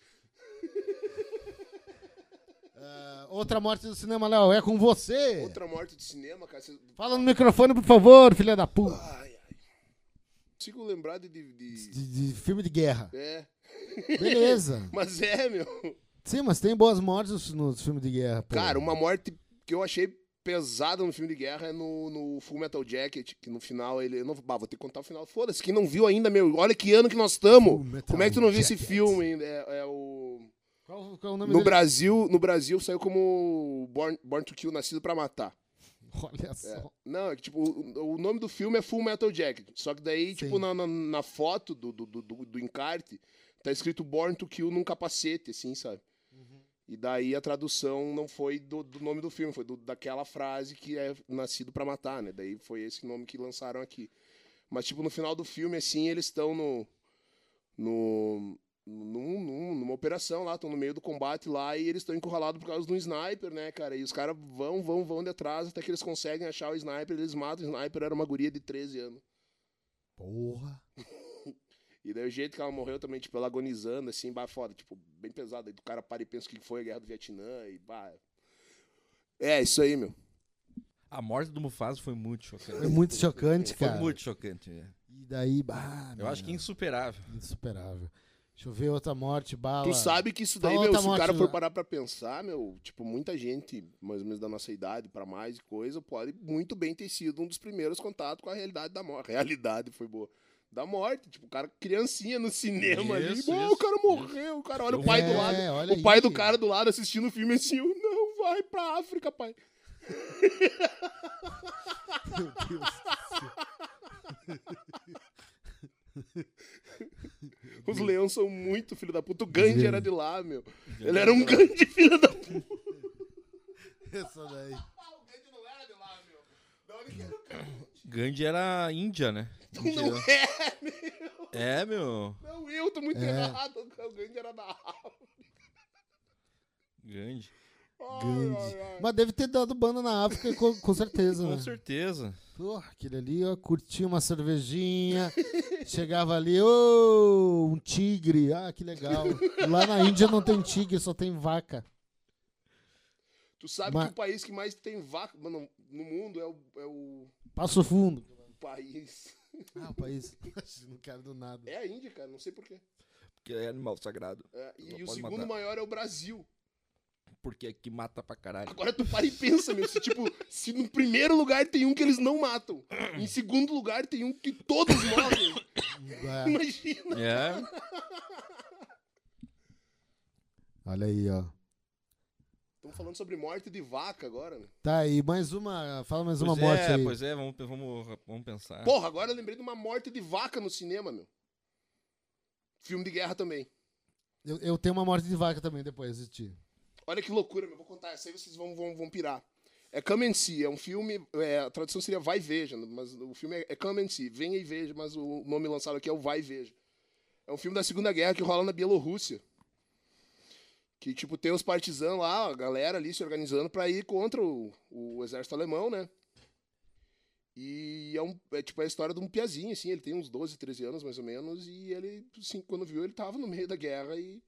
D: Ah, Outra morte do cinema, Léo, é com você.
H: Outra morte de cinema, cara. Cê-
D: Fala no microfone, por favor, filha da puta.
H: Consigo lembrar de. de- de-
D: De, de filme de guerra.
H: É.
D: Beleza.
H: Mas é, meu.
D: Sim, mas tem boas mortes nos, nos filmes de guerra. pô.
H: Cara, uma morte que eu achei pesada no filme de guerra é no, no Full Metal Jacket, que no final ele. eu Não, bah, vou ter que contar o final. Foda-se, quem não viu ainda, meu. Olha que ano que nós estamos. Como é que tu não viu esse filme ainda? É, é o.
D: Qual, qual é o nome
H: No
D: dele?
H: Brasil, no Brasil saiu como Born, Born to Kill, Nascido pra Matar.
D: Olha só.
H: É. Não, é que tipo, o, o nome do filme é Full Metal Jacket. Só que daí, tipo, na, na, na foto do, do, do, do- do encarte, tá escrito Born to Kill num capacete, assim, sabe?
D: Uhum.
H: E daí a tradução não foi do, do nome do filme, foi do- daquela frase que é Nascido pra Matar, né? Daí foi esse nome que lançaram aqui. Mas, tipo, no final do filme, assim, eles estão no. no num- num- numa operação lá, estão no meio do combate lá e eles estão encurralados por causa de um sniper, né, cara? E os caras vão, vão, vão de atrás até que eles conseguem achar o sniper, eles matam o sniper, era uma guria de 13 anos.
D: Porra.
H: E daí o jeito que ela morreu também, tipo, ela agonizando, assim, bah, foda, tipo, bem pesado. Aí o cara para e pensa o que foi a guerra do Vietnã e bah. É, isso aí, meu.
I: A morte do Mufasa foi muito chocante.
D: Foi muito chocante, cara.
I: Foi muito chocante, né?
D: E daí, bah,
I: Eu acho que é insuperável.
D: Insuperável. Deixa eu ver outra morte, bala.
H: Tu sabe que isso daí,
D: Fala
H: meu,
I: tá
D: outra
H: se o
D: morte, né?
H: cara for
D: Léo.
H: parar pra pensar, meu, tipo, muita gente, mais ou menos da nossa idade, pra mais e coisa, pode muito bem ter sido um dos primeiros contatos com a realidade da morte. Realidade foi boa. Da morte, tipo, o cara criancinha no cinema ali,
I: Isso,
H: "Bom,
I: isso,
H: o cara morreu, o cara olha o pai do
D: É,
H: lado,
D: olha
H: o pai
D: aí.
H: do cara do lado assistindo o filme assim, eu, não vai pra África, pai.
D: Meu Deus
H: Os leões são muito filho da puta. O Gandhi
D: Sim.
H: era de lá, meu. Ele era um Gandhi filho da puta.
D: Essa daí.
I: Gandhi era Índia, né? Índia.
H: Não é, meu.
I: É, meu.
H: Não, eu tô muito
I: É.
H: errado. O Gandhi era da África.
I: Gandhi.
D: Grande. Mas deve ter dado banda na África, com, com certeza, né?
I: Com certeza.
D: Porra, aquele ali, ó, curtia uma cervejinha, chegava ali, ô, um tigre, ah, que legal. Lá na Índia não tem tigre, só tem vaca.
H: Tu sabe
D: Mas-
H: que o país que mais tem vaca mano, no mundo é o, é o
D: Passo fundo.
H: país.
D: Ah, o país. não quero do nada.
H: É a Índia, cara, não sei porquê.
I: Porque é animal sagrado.
H: É, e
I: Não
H: o
I: pode
H: segundo
I: matar.
H: maior é o Brasil.
I: Porque aqui mata pra caralho.
H: Agora tu para e pensa, meu. Se, tipo, se no primeiro lugar tem um que eles não matam, em segundo lugar tem um que todos morrem.
D: É.
H: Imagina.
I: É?
D: Olha aí, ó.
H: Estamos falando sobre morte de vaca agora, né?
D: Tá, e mais uma, fala mais uma
I: pois
D: morte
I: é,
D: aí.
I: Pois é, vamos, vamos, vamos pensar.
H: Porra, agora eu lembrei de uma morte de vaca no cinema, meu. Filme de guerra também.
D: Eu, eu tenho uma morte de vaca também depois de ti.
H: Olha que loucura, meu. Vou contar essa aí, vocês vão, vão, vão pirar. É Come and See, é um filme. é, a tradução seria Vai e Veja, mas o filme é, é Come and See, Venha e Veja, mas o nome lançado aqui é o Vai e Veja. É um filme da Segunda Guerra que rola na Bielorrússia. Que, tipo, tem os partisans lá, a galera ali se organizando pra ir contra o, o exército alemão, né? E é, um, é tipo a história de um piazinho, assim, ele tem uns 12, 13 anos mais ou menos, e ele, assim, quando viu, ele tava no meio da guerra e,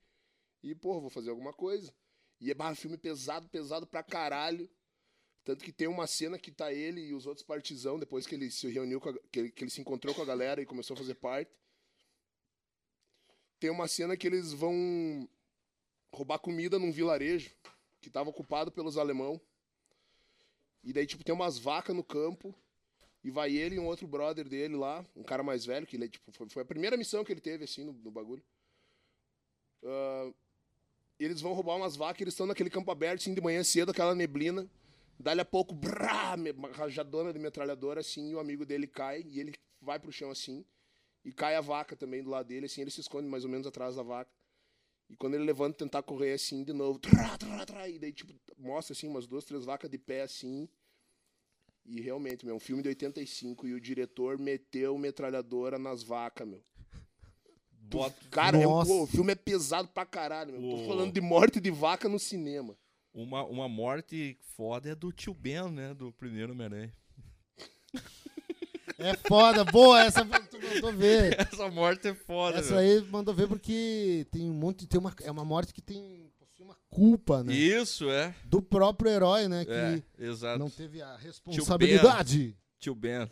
H: e pô, vou fazer alguma coisa. E é bah, filme pesado, pesado pra caralho. Tanto que tem uma cena que tá ele e os outros partizão, depois que ele se reuniu, com a- que, ele, que ele se encontrou com a galera e começou a fazer parte. Tem uma cena que eles vão roubar comida num vilarejo que tava ocupado pelos alemão. E daí, tipo, tem umas vacas no campo. E vai ele e um outro brother dele lá, um cara mais velho, que ele, é, tipo, foi, foi a primeira missão que ele teve, assim, no, no bagulho. Ah, eles vão roubar umas vacas, eles estão naquele campo aberto, assim, de manhã cedo, aquela neblina. Dali a pouco, brá, me- uma rajadona de metralhadora, assim, e o amigo dele cai, e ele vai pro chão, assim, e cai a vaca também do lado dele, assim, ele se esconde mais ou menos atrás da vaca. E quando ele levanta, tentar correr, assim, de novo, trá, trá, trá, e daí, tipo, mostra, assim, umas duas, três vacas de pé, assim, e realmente, meu, um filme de 85 e o diretor meteu metralhadora nas vacas, meu. Tu-
I: Bota-
H: cara, é um-
I: Nossa.
H: pô, o filme é pesado pra caralho, meu. Tô
I: O-
H: falando de morte de vaca no cinema.
I: Uma, uma morte foda é do tio Ben, né? Do primeiro Homem-Aranha.
D: É foda, boa, essa tu mandou ver.
I: Essa morte é foda,
D: Essa
I: meu.
D: aí mandou ver porque tem um monte, tem uma, é uma morte que tem possui uma culpa, né?
I: Isso, é.
D: Do próprio herói, né? Que
I: É, exato.
D: não teve a
I: Tio Ben.
D: responsabilidade.
I: Tio Ben.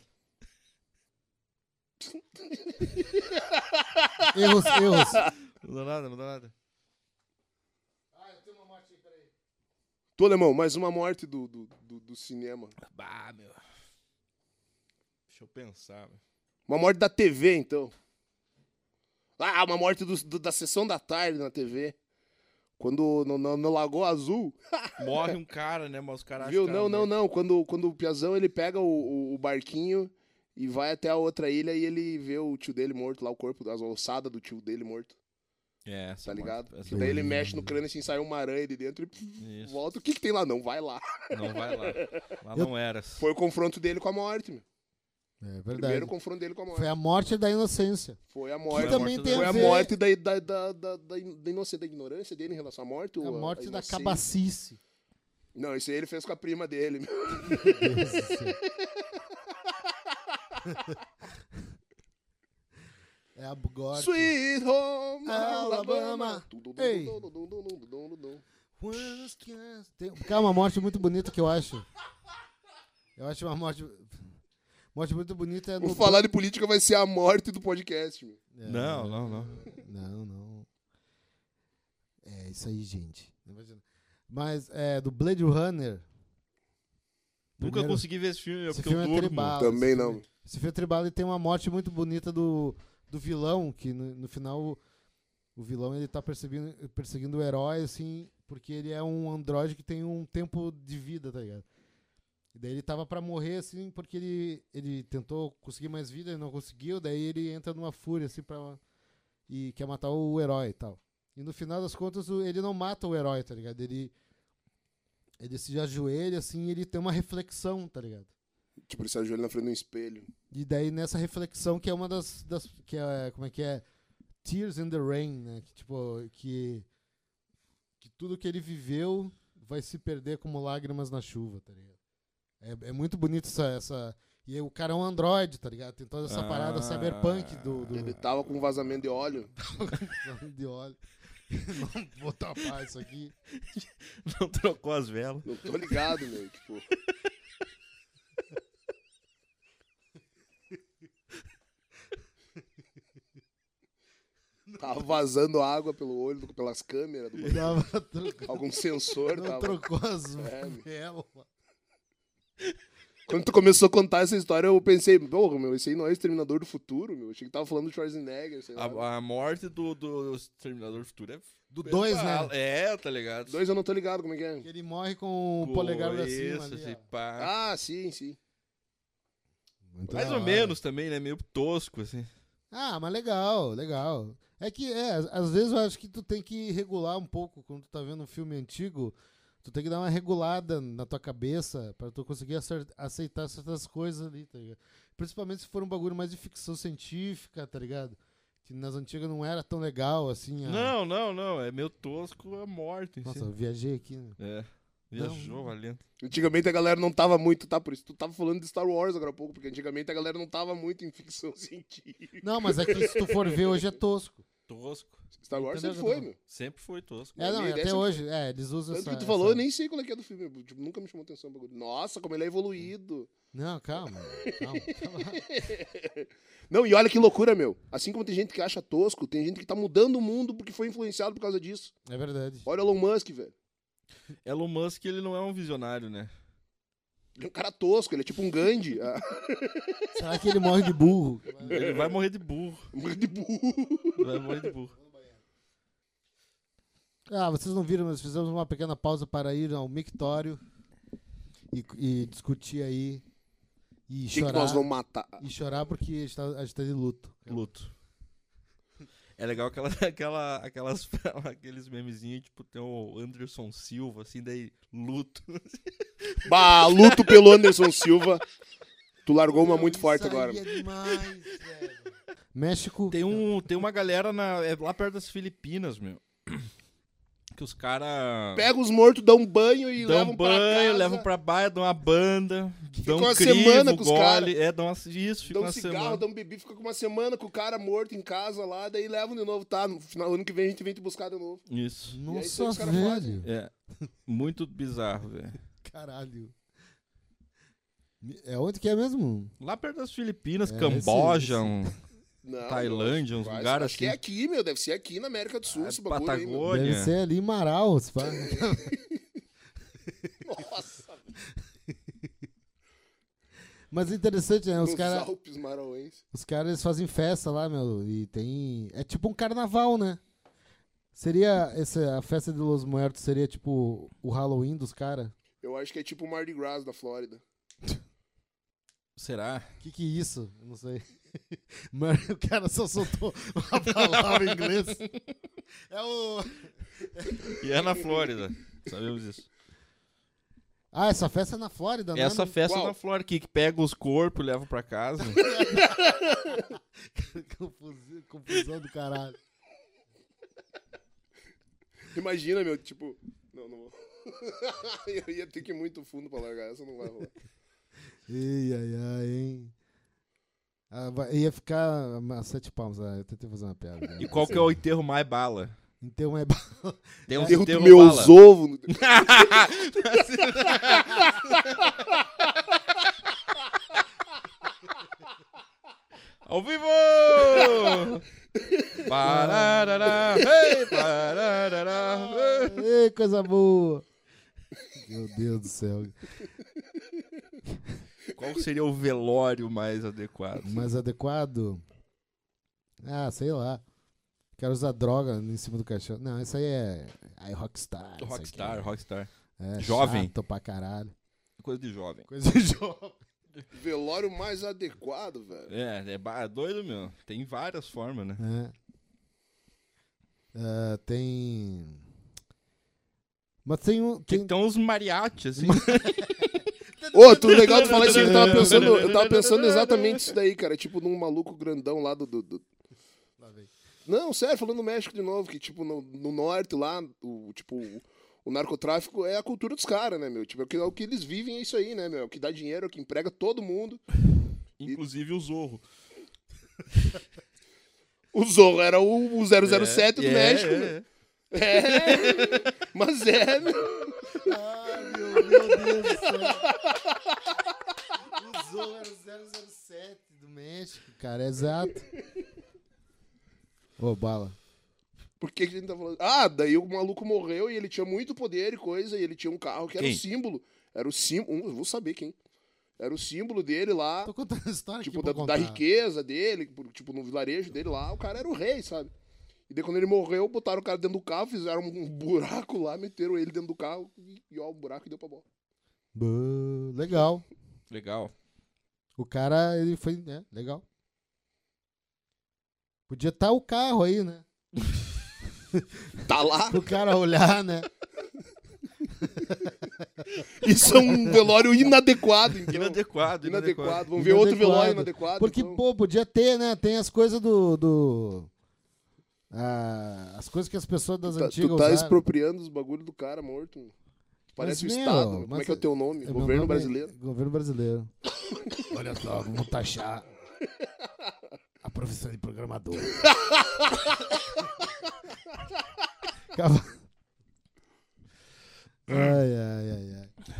D: Erros, erros.
I: Não dá nada, não dá nada.
H: Tô, alemão, mais uma morte do, do, do, do cinema.
I: Bah, meu. Deixa eu pensar, meu.
H: Uma morte da TV, então. Ah, uma morte do- do- da sessão da tarde na TV. Quando no, no, no Lagoa Azul.
I: Morre um cara, né? Mas os caras
H: Viu?
I: acham que era
H: Não, não, não. Quando, quando o Piazão ele pega o, o- o barquinho e vai até a outra ilha e ele vê o tio dele morto lá, o corpo, as ossadas do tio dele morto,
I: É, né? essa
H: tá ligado?
I: morte- essa
H: Daí ele
I: morte-
H: mexe no crânio assim, sai uma aranha de dentro e pff, volta. O que, que tem lá? Não, vai lá.
I: Não vai lá. Lá não eras.
H: Foi o confronto dele com a morte, meu.
D: É verdade.
H: Primeiro confronto dele com a morte.
D: Foi a morte da inocência.
H: é? Foi a morte.
D: Que também tem
H: foi
D: a
H: a
D: ver-
H: morte da, da, da, da, da, in- da inocência, da ignorância dele em relação à morte.
D: A
H: ou
D: morte da
H: inocência?
D: cabacice.
H: Não, isso aí ele fez com a prima dele. meu.
D: Deus do céu. É a Bugor.
H: Sweet Home
D: Alabama.
H: Alabama.
D: Ei.
H: Tem...
D: Cara, uma morte muito bonita que eu acho. Eu acho uma morte. Morte muito bonita é no.
H: O falar de política vai ser a morte do podcast. Meu.
D: É,
I: Não, não, não.
D: Não, não. É isso aí, um- gente. Imagina. Mas é do Blade Runner.
I: Nunca
D: Primeiro-
I: consegui ver esse filme, é
D: esse
I: porque
D: filme
I: eu
D: é
I: durmo.
D: tribal.
H: Também
D: esse
H: não.
D: filme- Esse filme é tribal e tem uma morte muito bonita do, do vilão, que no, no final o, o vilão ele tá perseguindo, perseguindo o herói, assim, porque ele é um androide que tem um tempo de vida, tá ligado? E daí ele tava pra morrer, assim, porque ele, ele tentou conseguir mais vida e não conseguiu, daí ele entra numa fúria, assim, pra, e quer matar o herói e tal. E no final das contas, o- ele não mata o herói, tá ligado? Ele, ele se ajoelha, assim, e ele tem uma reflexão, tá ligado?
H: Tipo, ele se ajoelha na frente de um espelho.
D: E daí nessa reflexão que é uma das, das que é, como é que é? Tears in the Rain, né? Que, tipo, que que tudo que ele viveu vai se perder como lágrimas na chuva, tá ligado? É, é muito bonito essa, essa e aí o cara é um androide, tá ligado? Tem toda essa parada
H: Ah.
D: cyberpunk do, do
H: Ele tava com um vazamento de óleo.
D: de óleo. Não vou tapar isso aqui.
I: Não trocou as velas.
H: Não tô ligado, meu. Tipo. Tava vazando água pelo olho, do- pelas câmeras do bagulho.
D: Tava trocando-
H: Algum sensor
D: Não
H: tava.
D: trocou as
H: É, meu.
D: velas.
H: Quando tu começou a contar essa história, eu pensei, porra, meu, esse aí não é o Exterminador do Futuro, meu. Achei que tava falando do Schwarzenegger, sei lá.
I: A, a morte do, do Exterminador do Futuro é. Do
D: dois, né?
I: É, tá ligado?
H: Dois eu não tô ligado como é que é.
D: Ele morre com o polegar pra cima
I: Isso,
D: ali.
I: assim,
D: ó.
I: pá.
H: Ah, sim, sim.
I: Mais
D: da
I: ou
D: hora.
I: menos também, né? Meio tosco, assim.
D: Ah, mas legal, legal. É que, é, às- às vezes eu acho que tu tem que regular um pouco quando tu tá vendo um filme antigo. Tu tem que dar uma regulada na tua cabeça pra tu conseguir acer- aceitar certas coisas ali, tá ligado? Principalmente se for um bagulho mais de ficção científica, tá ligado? Que nas antigas não era tão legal assim. a-
I: Não, não, não. É meio tosco a morte. em
D: Nossa,
I: si.
D: eu viajei aqui, né?
I: É. Viajou, valendo.
H: Antigamente a galera não tava muito, tá? Por isso tu tava falando de Star Wars agora há pouco, porque antigamente a galera não tava muito em ficção científica.
D: Não, mas aqui se tu for ver hoje é tosco.
I: Tosco.
H: Star Wars
D: Entendeu,
H: sempre foi,
D: Jordão?
H: meu.
I: Sempre foi tosco.
D: É, não,
H: Minha
D: e
H: ideia
D: até
H: sempre-
D: hoje. É, eles usam
H: Tanto
D: essa.
H: que tu falou,
D: essa-
H: eu nem sei qual é que é do filme. Tipo, nunca me chamou atenção o bagulho. Nossa, como ele é evoluído.
D: Não, tá calma. calma.
H: Não, e olha que loucura, meu. Assim como tem gente que acha tosco, tem gente que tá mudando o mundo porque foi influenciado por causa disso.
D: É verdade.
H: Olha o Elon Musk, velho.
I: Elon Musk, ele não é um visionário, né?
H: Ele é um cara tosco, ele é tipo um Gandhi. Ah.
D: Será que ele morre de burro?
I: Ele vai morrer de burro.
H: Morrer de burro.
I: Vai morrer de burro.
D: Ah, vocês não viram, mas fizemos uma pequena pausa para ir ao mictório e, e discutir aí e
H: Quem que
D: chorar.
H: nós vamos matar?
D: E chorar porque a gente tá, a gente tá de luto.
I: Luto. É legal aquela, aquela, aquelas, aqueles memezinhos, tipo, tem o Anderson Silva, assim, daí luto.
H: Bah, luto pelo Anderson Silva. Tu largou uma muito forte agora.
D: México.
I: Tem, um, tem uma galera na, é lá perto das Filipinas, meu. Que os caras.
H: Pega os mortos, dá um banho e
I: dão banho,
H: levam pra casa.
I: levam pra baia, dão uma banda, dão
H: uma
I: crivo,
H: semana com os
I: gole,
H: cara.
I: É, dão uma, isso, fica
H: Dá um
I: uma
H: cigarro,
I: semana.
H: dá um bebê, fica com uma semana com o cara morto em casa lá, daí levam de novo, tá? No final, ano que vem a gente vem te buscar de novo.
I: Isso.
H: E aí, Nossa, daí os cara velho. fazem.
I: É. Muito bizarro, velho.
D: Caralho. É onde que é mesmo?
I: Lá perto das Filipinas,
D: É,
I: Camboja,
D: esse-
I: um-
H: Não,
I: Tailândia,
H: não,
I: uns
H: vai,
I: lugares
H: Acho que é
I: assim. Ah,
H: aqui, meu, deve ser aqui na América do Sul esse bagulho aí, meu.
I: Patagônia.
D: Deve ser ali em Manaus. pá.
H: Nossa,
D: Mas interessante, né? Os
H: nos
D: caras
H: Alpes Marauenses.
D: os cara, eles fazem festa lá, meu. E tem. É tipo um carnaval, né? Seria. Essa, a festa de Los Muertos seria tipo o Halloween dos caras?
H: Eu acho que é tipo o Mardi Gras da Flórida.
I: Será?
D: O que, que é isso? Eu não sei. Mano, o cara só soltou uma palavra em inglês. É o.
I: E é na Flórida. Sabemos isso.
D: Ah, essa festa é na Flórida, né?
I: Essa
D: Não-
I: festa é na Flórida aqui, que pega os corpos e leva pra casa.
D: Confusi- confusão do caralho.
H: Imagina, meu, tipo. Não, não vou. Eu ia ter que ir muito fundo pra largar, essa não vai rolar.
D: Ei, ai, ai, hein? Ah, vai- ia ficar a sete palmas. Ah, eu tentei fazer uma piada.
I: E qual que é o enterro mais bala?
D: Então é. ba-
I: Tem
D: É.
I: uns enterro bala. Ao vivo! Pararará, ei, pararará, ei.
D: Ah, Ei, coisa boa. Meu Deus do céu.
I: Qual seria o velório mais adequado?
D: Mais adequado? Ah, sei lá. Quero usar droga em cima do caixão. Não, isso aí é. Aí rockstar. isso
I: Rockstar,
D: aqui.
I: rockstar.
D: É,
I: Jovem.
D: Chato pra caralho.
I: Coisa de jovem.
D: Coisa de jovem.
H: Velório mais adequado, velho.
I: É, é ba- doido, meu. Tem várias formas, né?
D: É. Ah, tem. Mas tem um.
I: Tem que ter uns mariachi, assim.
H: Ô, tu legal tu falar isso aí, eu tava pensando, eu tava pensando exatamente isso daí, cara. Tipo num maluco grandão lá do. do, do- Não, sério, falando do México de novo, que tipo, no, no norte lá, o, tipo, o, o narcotráfico é a cultura dos caras, né, meu? Tipo, é o, que, é o que eles vivem é isso aí, né, meu? É o que dá dinheiro, é o que emprega todo mundo.
I: Inclusive o Zorro.
H: O Zorro era um o, o 007 do
I: É, é,
H: México,
I: é.
H: meu. É, mas é, meu.
D: O Zorro era o 007 do México. Cara, é exato. Ô, bala.
H: Por que, que a gente tá falando? Ah, daí o maluco morreu e ele tinha muito poder e coisa, e ele tinha um carro que era
I: Quem?
H: o símbolo. Era o símbolo. Vou saber quem. Era o símbolo dele lá.
D: Tô contando a história
H: tipo,
D: aqui pra
H: da,
D: contar.
H: da riqueza dele, por- tipo, no vilarejo dele lá, o cara era o rei, sabe? E daí quando ele morreu, botaram o cara dentro do carro, fizeram um buraco lá, meteram ele dentro do carro e, e ó, o buraco e deu pra bola.
D: Bã, Legal.
I: Legal.
D: O cara, ele foi. né? legal. Podia estar o carro aí, né?
H: Tá lá?
D: Pro cara olhar, né?
H: Isso é um velório inadequado, então.
I: Inadequado,
H: inadequado. Vamos ver outro
D: Inadequado.
H: velório inadequado.
D: Porque,
H: então.
D: pô, podia ter, né? Tem as coisas do. do ah, as coisas que as pessoas das
H: Tá-
D: antigas
H: tu tá
D: usaram.
H: expropriando os bagulhos do cara morto. Parece
D: Mas,
H: o
D: meu,
H: Estado. Como
D: mas
H: é que é o teu nome?
D: meu
H: Governo
D: nome é
H: brasileiro.
D: Governo brasileiro. Olha só, vamos taxar a profissão de programador. Acaba- ai, ai, ai, ai.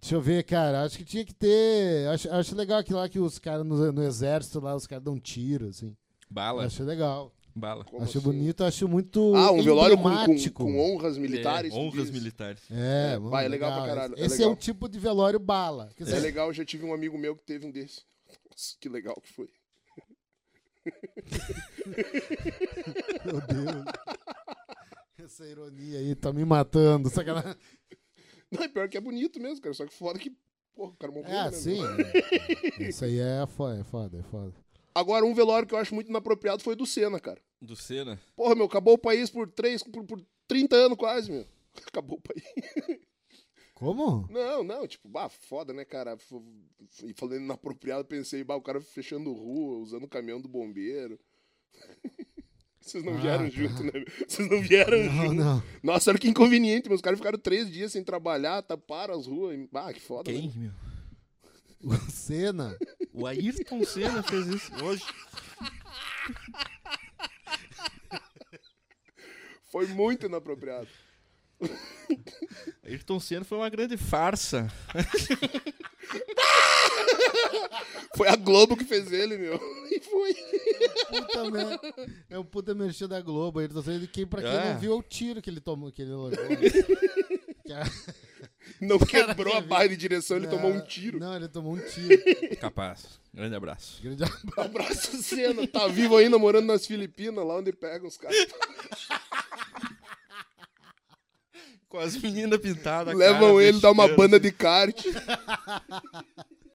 D: Deixa eu ver, cara. Acho que tinha que ter. Acho, acho legal aquilo lá que os caras no, no exército lá, os caras dão tiro, assim.
I: Bala.
D: Acho legal.
I: Bala.
D: acho bonito, acho muito.
I: assim? Ah, um
H: É
I: velório com- com-
D: emblemático.
H: Com honras militares.
I: É, honras
H: diz.
I: militares.
D: É,
H: É,
D: mano,
H: bah, é legal pra caralho, é
D: Esse é
H: legal.
D: um tipo de velório bala. Quer
H: É
D: dizer,
H: legal, eu já tive um amigo meu que teve um desse. Nossa, que legal que foi.
D: Meu Deus. Essa ironia aí tá me matando, sacanagem.
H: Não, é pior que é bonito mesmo, cara. Só que foda que. Porra, o cara morreu.
D: É,
H: né,
D: sim.
H: meu?
D: é. Isso aí é foda, é foda, é foda.
H: Agora, um velório que eu acho muito inapropriado foi o do Senna, cara.
I: Do Senna.
H: Porra, meu, acabou o país por, três, por, por 30 anos quase, meu. Acabou o país.
D: Como?
H: Não, não, tipo, bah, foda, né, cara? F- f- E falando inapropriado, pensei, bah, o cara fechando rua, usando o caminhão do bombeiro. Vocês não
D: Ah, tá.
H: vieram junto, né? Vocês não vieram
D: Não,
H: junto.
D: não.
H: Nossa, olha que inconveniente, meus caras ficaram três dias sem trabalhar, taparam as ruas. e- Bah, que foda,
I: Quem,
H: né?
I: meu?
D: O Senna.
I: O Ayrton Senna fez isso hoje.
H: Foi muito inapropriado.
I: Ayrton Senna foi uma grande farsa.
H: Foi a Globo que fez ele, meu. E foi.
D: Puta merda. É o puta merchan da Globo. Ele tá saindo quem, pra quem
H: É.
D: não viu, é o tiro que ele tomou, que ele levou.
H: Não quebrou a barra de direção, ele tomou um
D: tiro. É, Não, ele tomou um tiro.
I: Capaz. Grande abraço.
D: Grande abraço.
H: Abraço, Senna. Tá vivo ainda, morando nas Filipinas, lá onde pegam os caras.
I: Com as meninas pintadas. assim.
D: É,
H: Levam ele, dá uma banda de kart.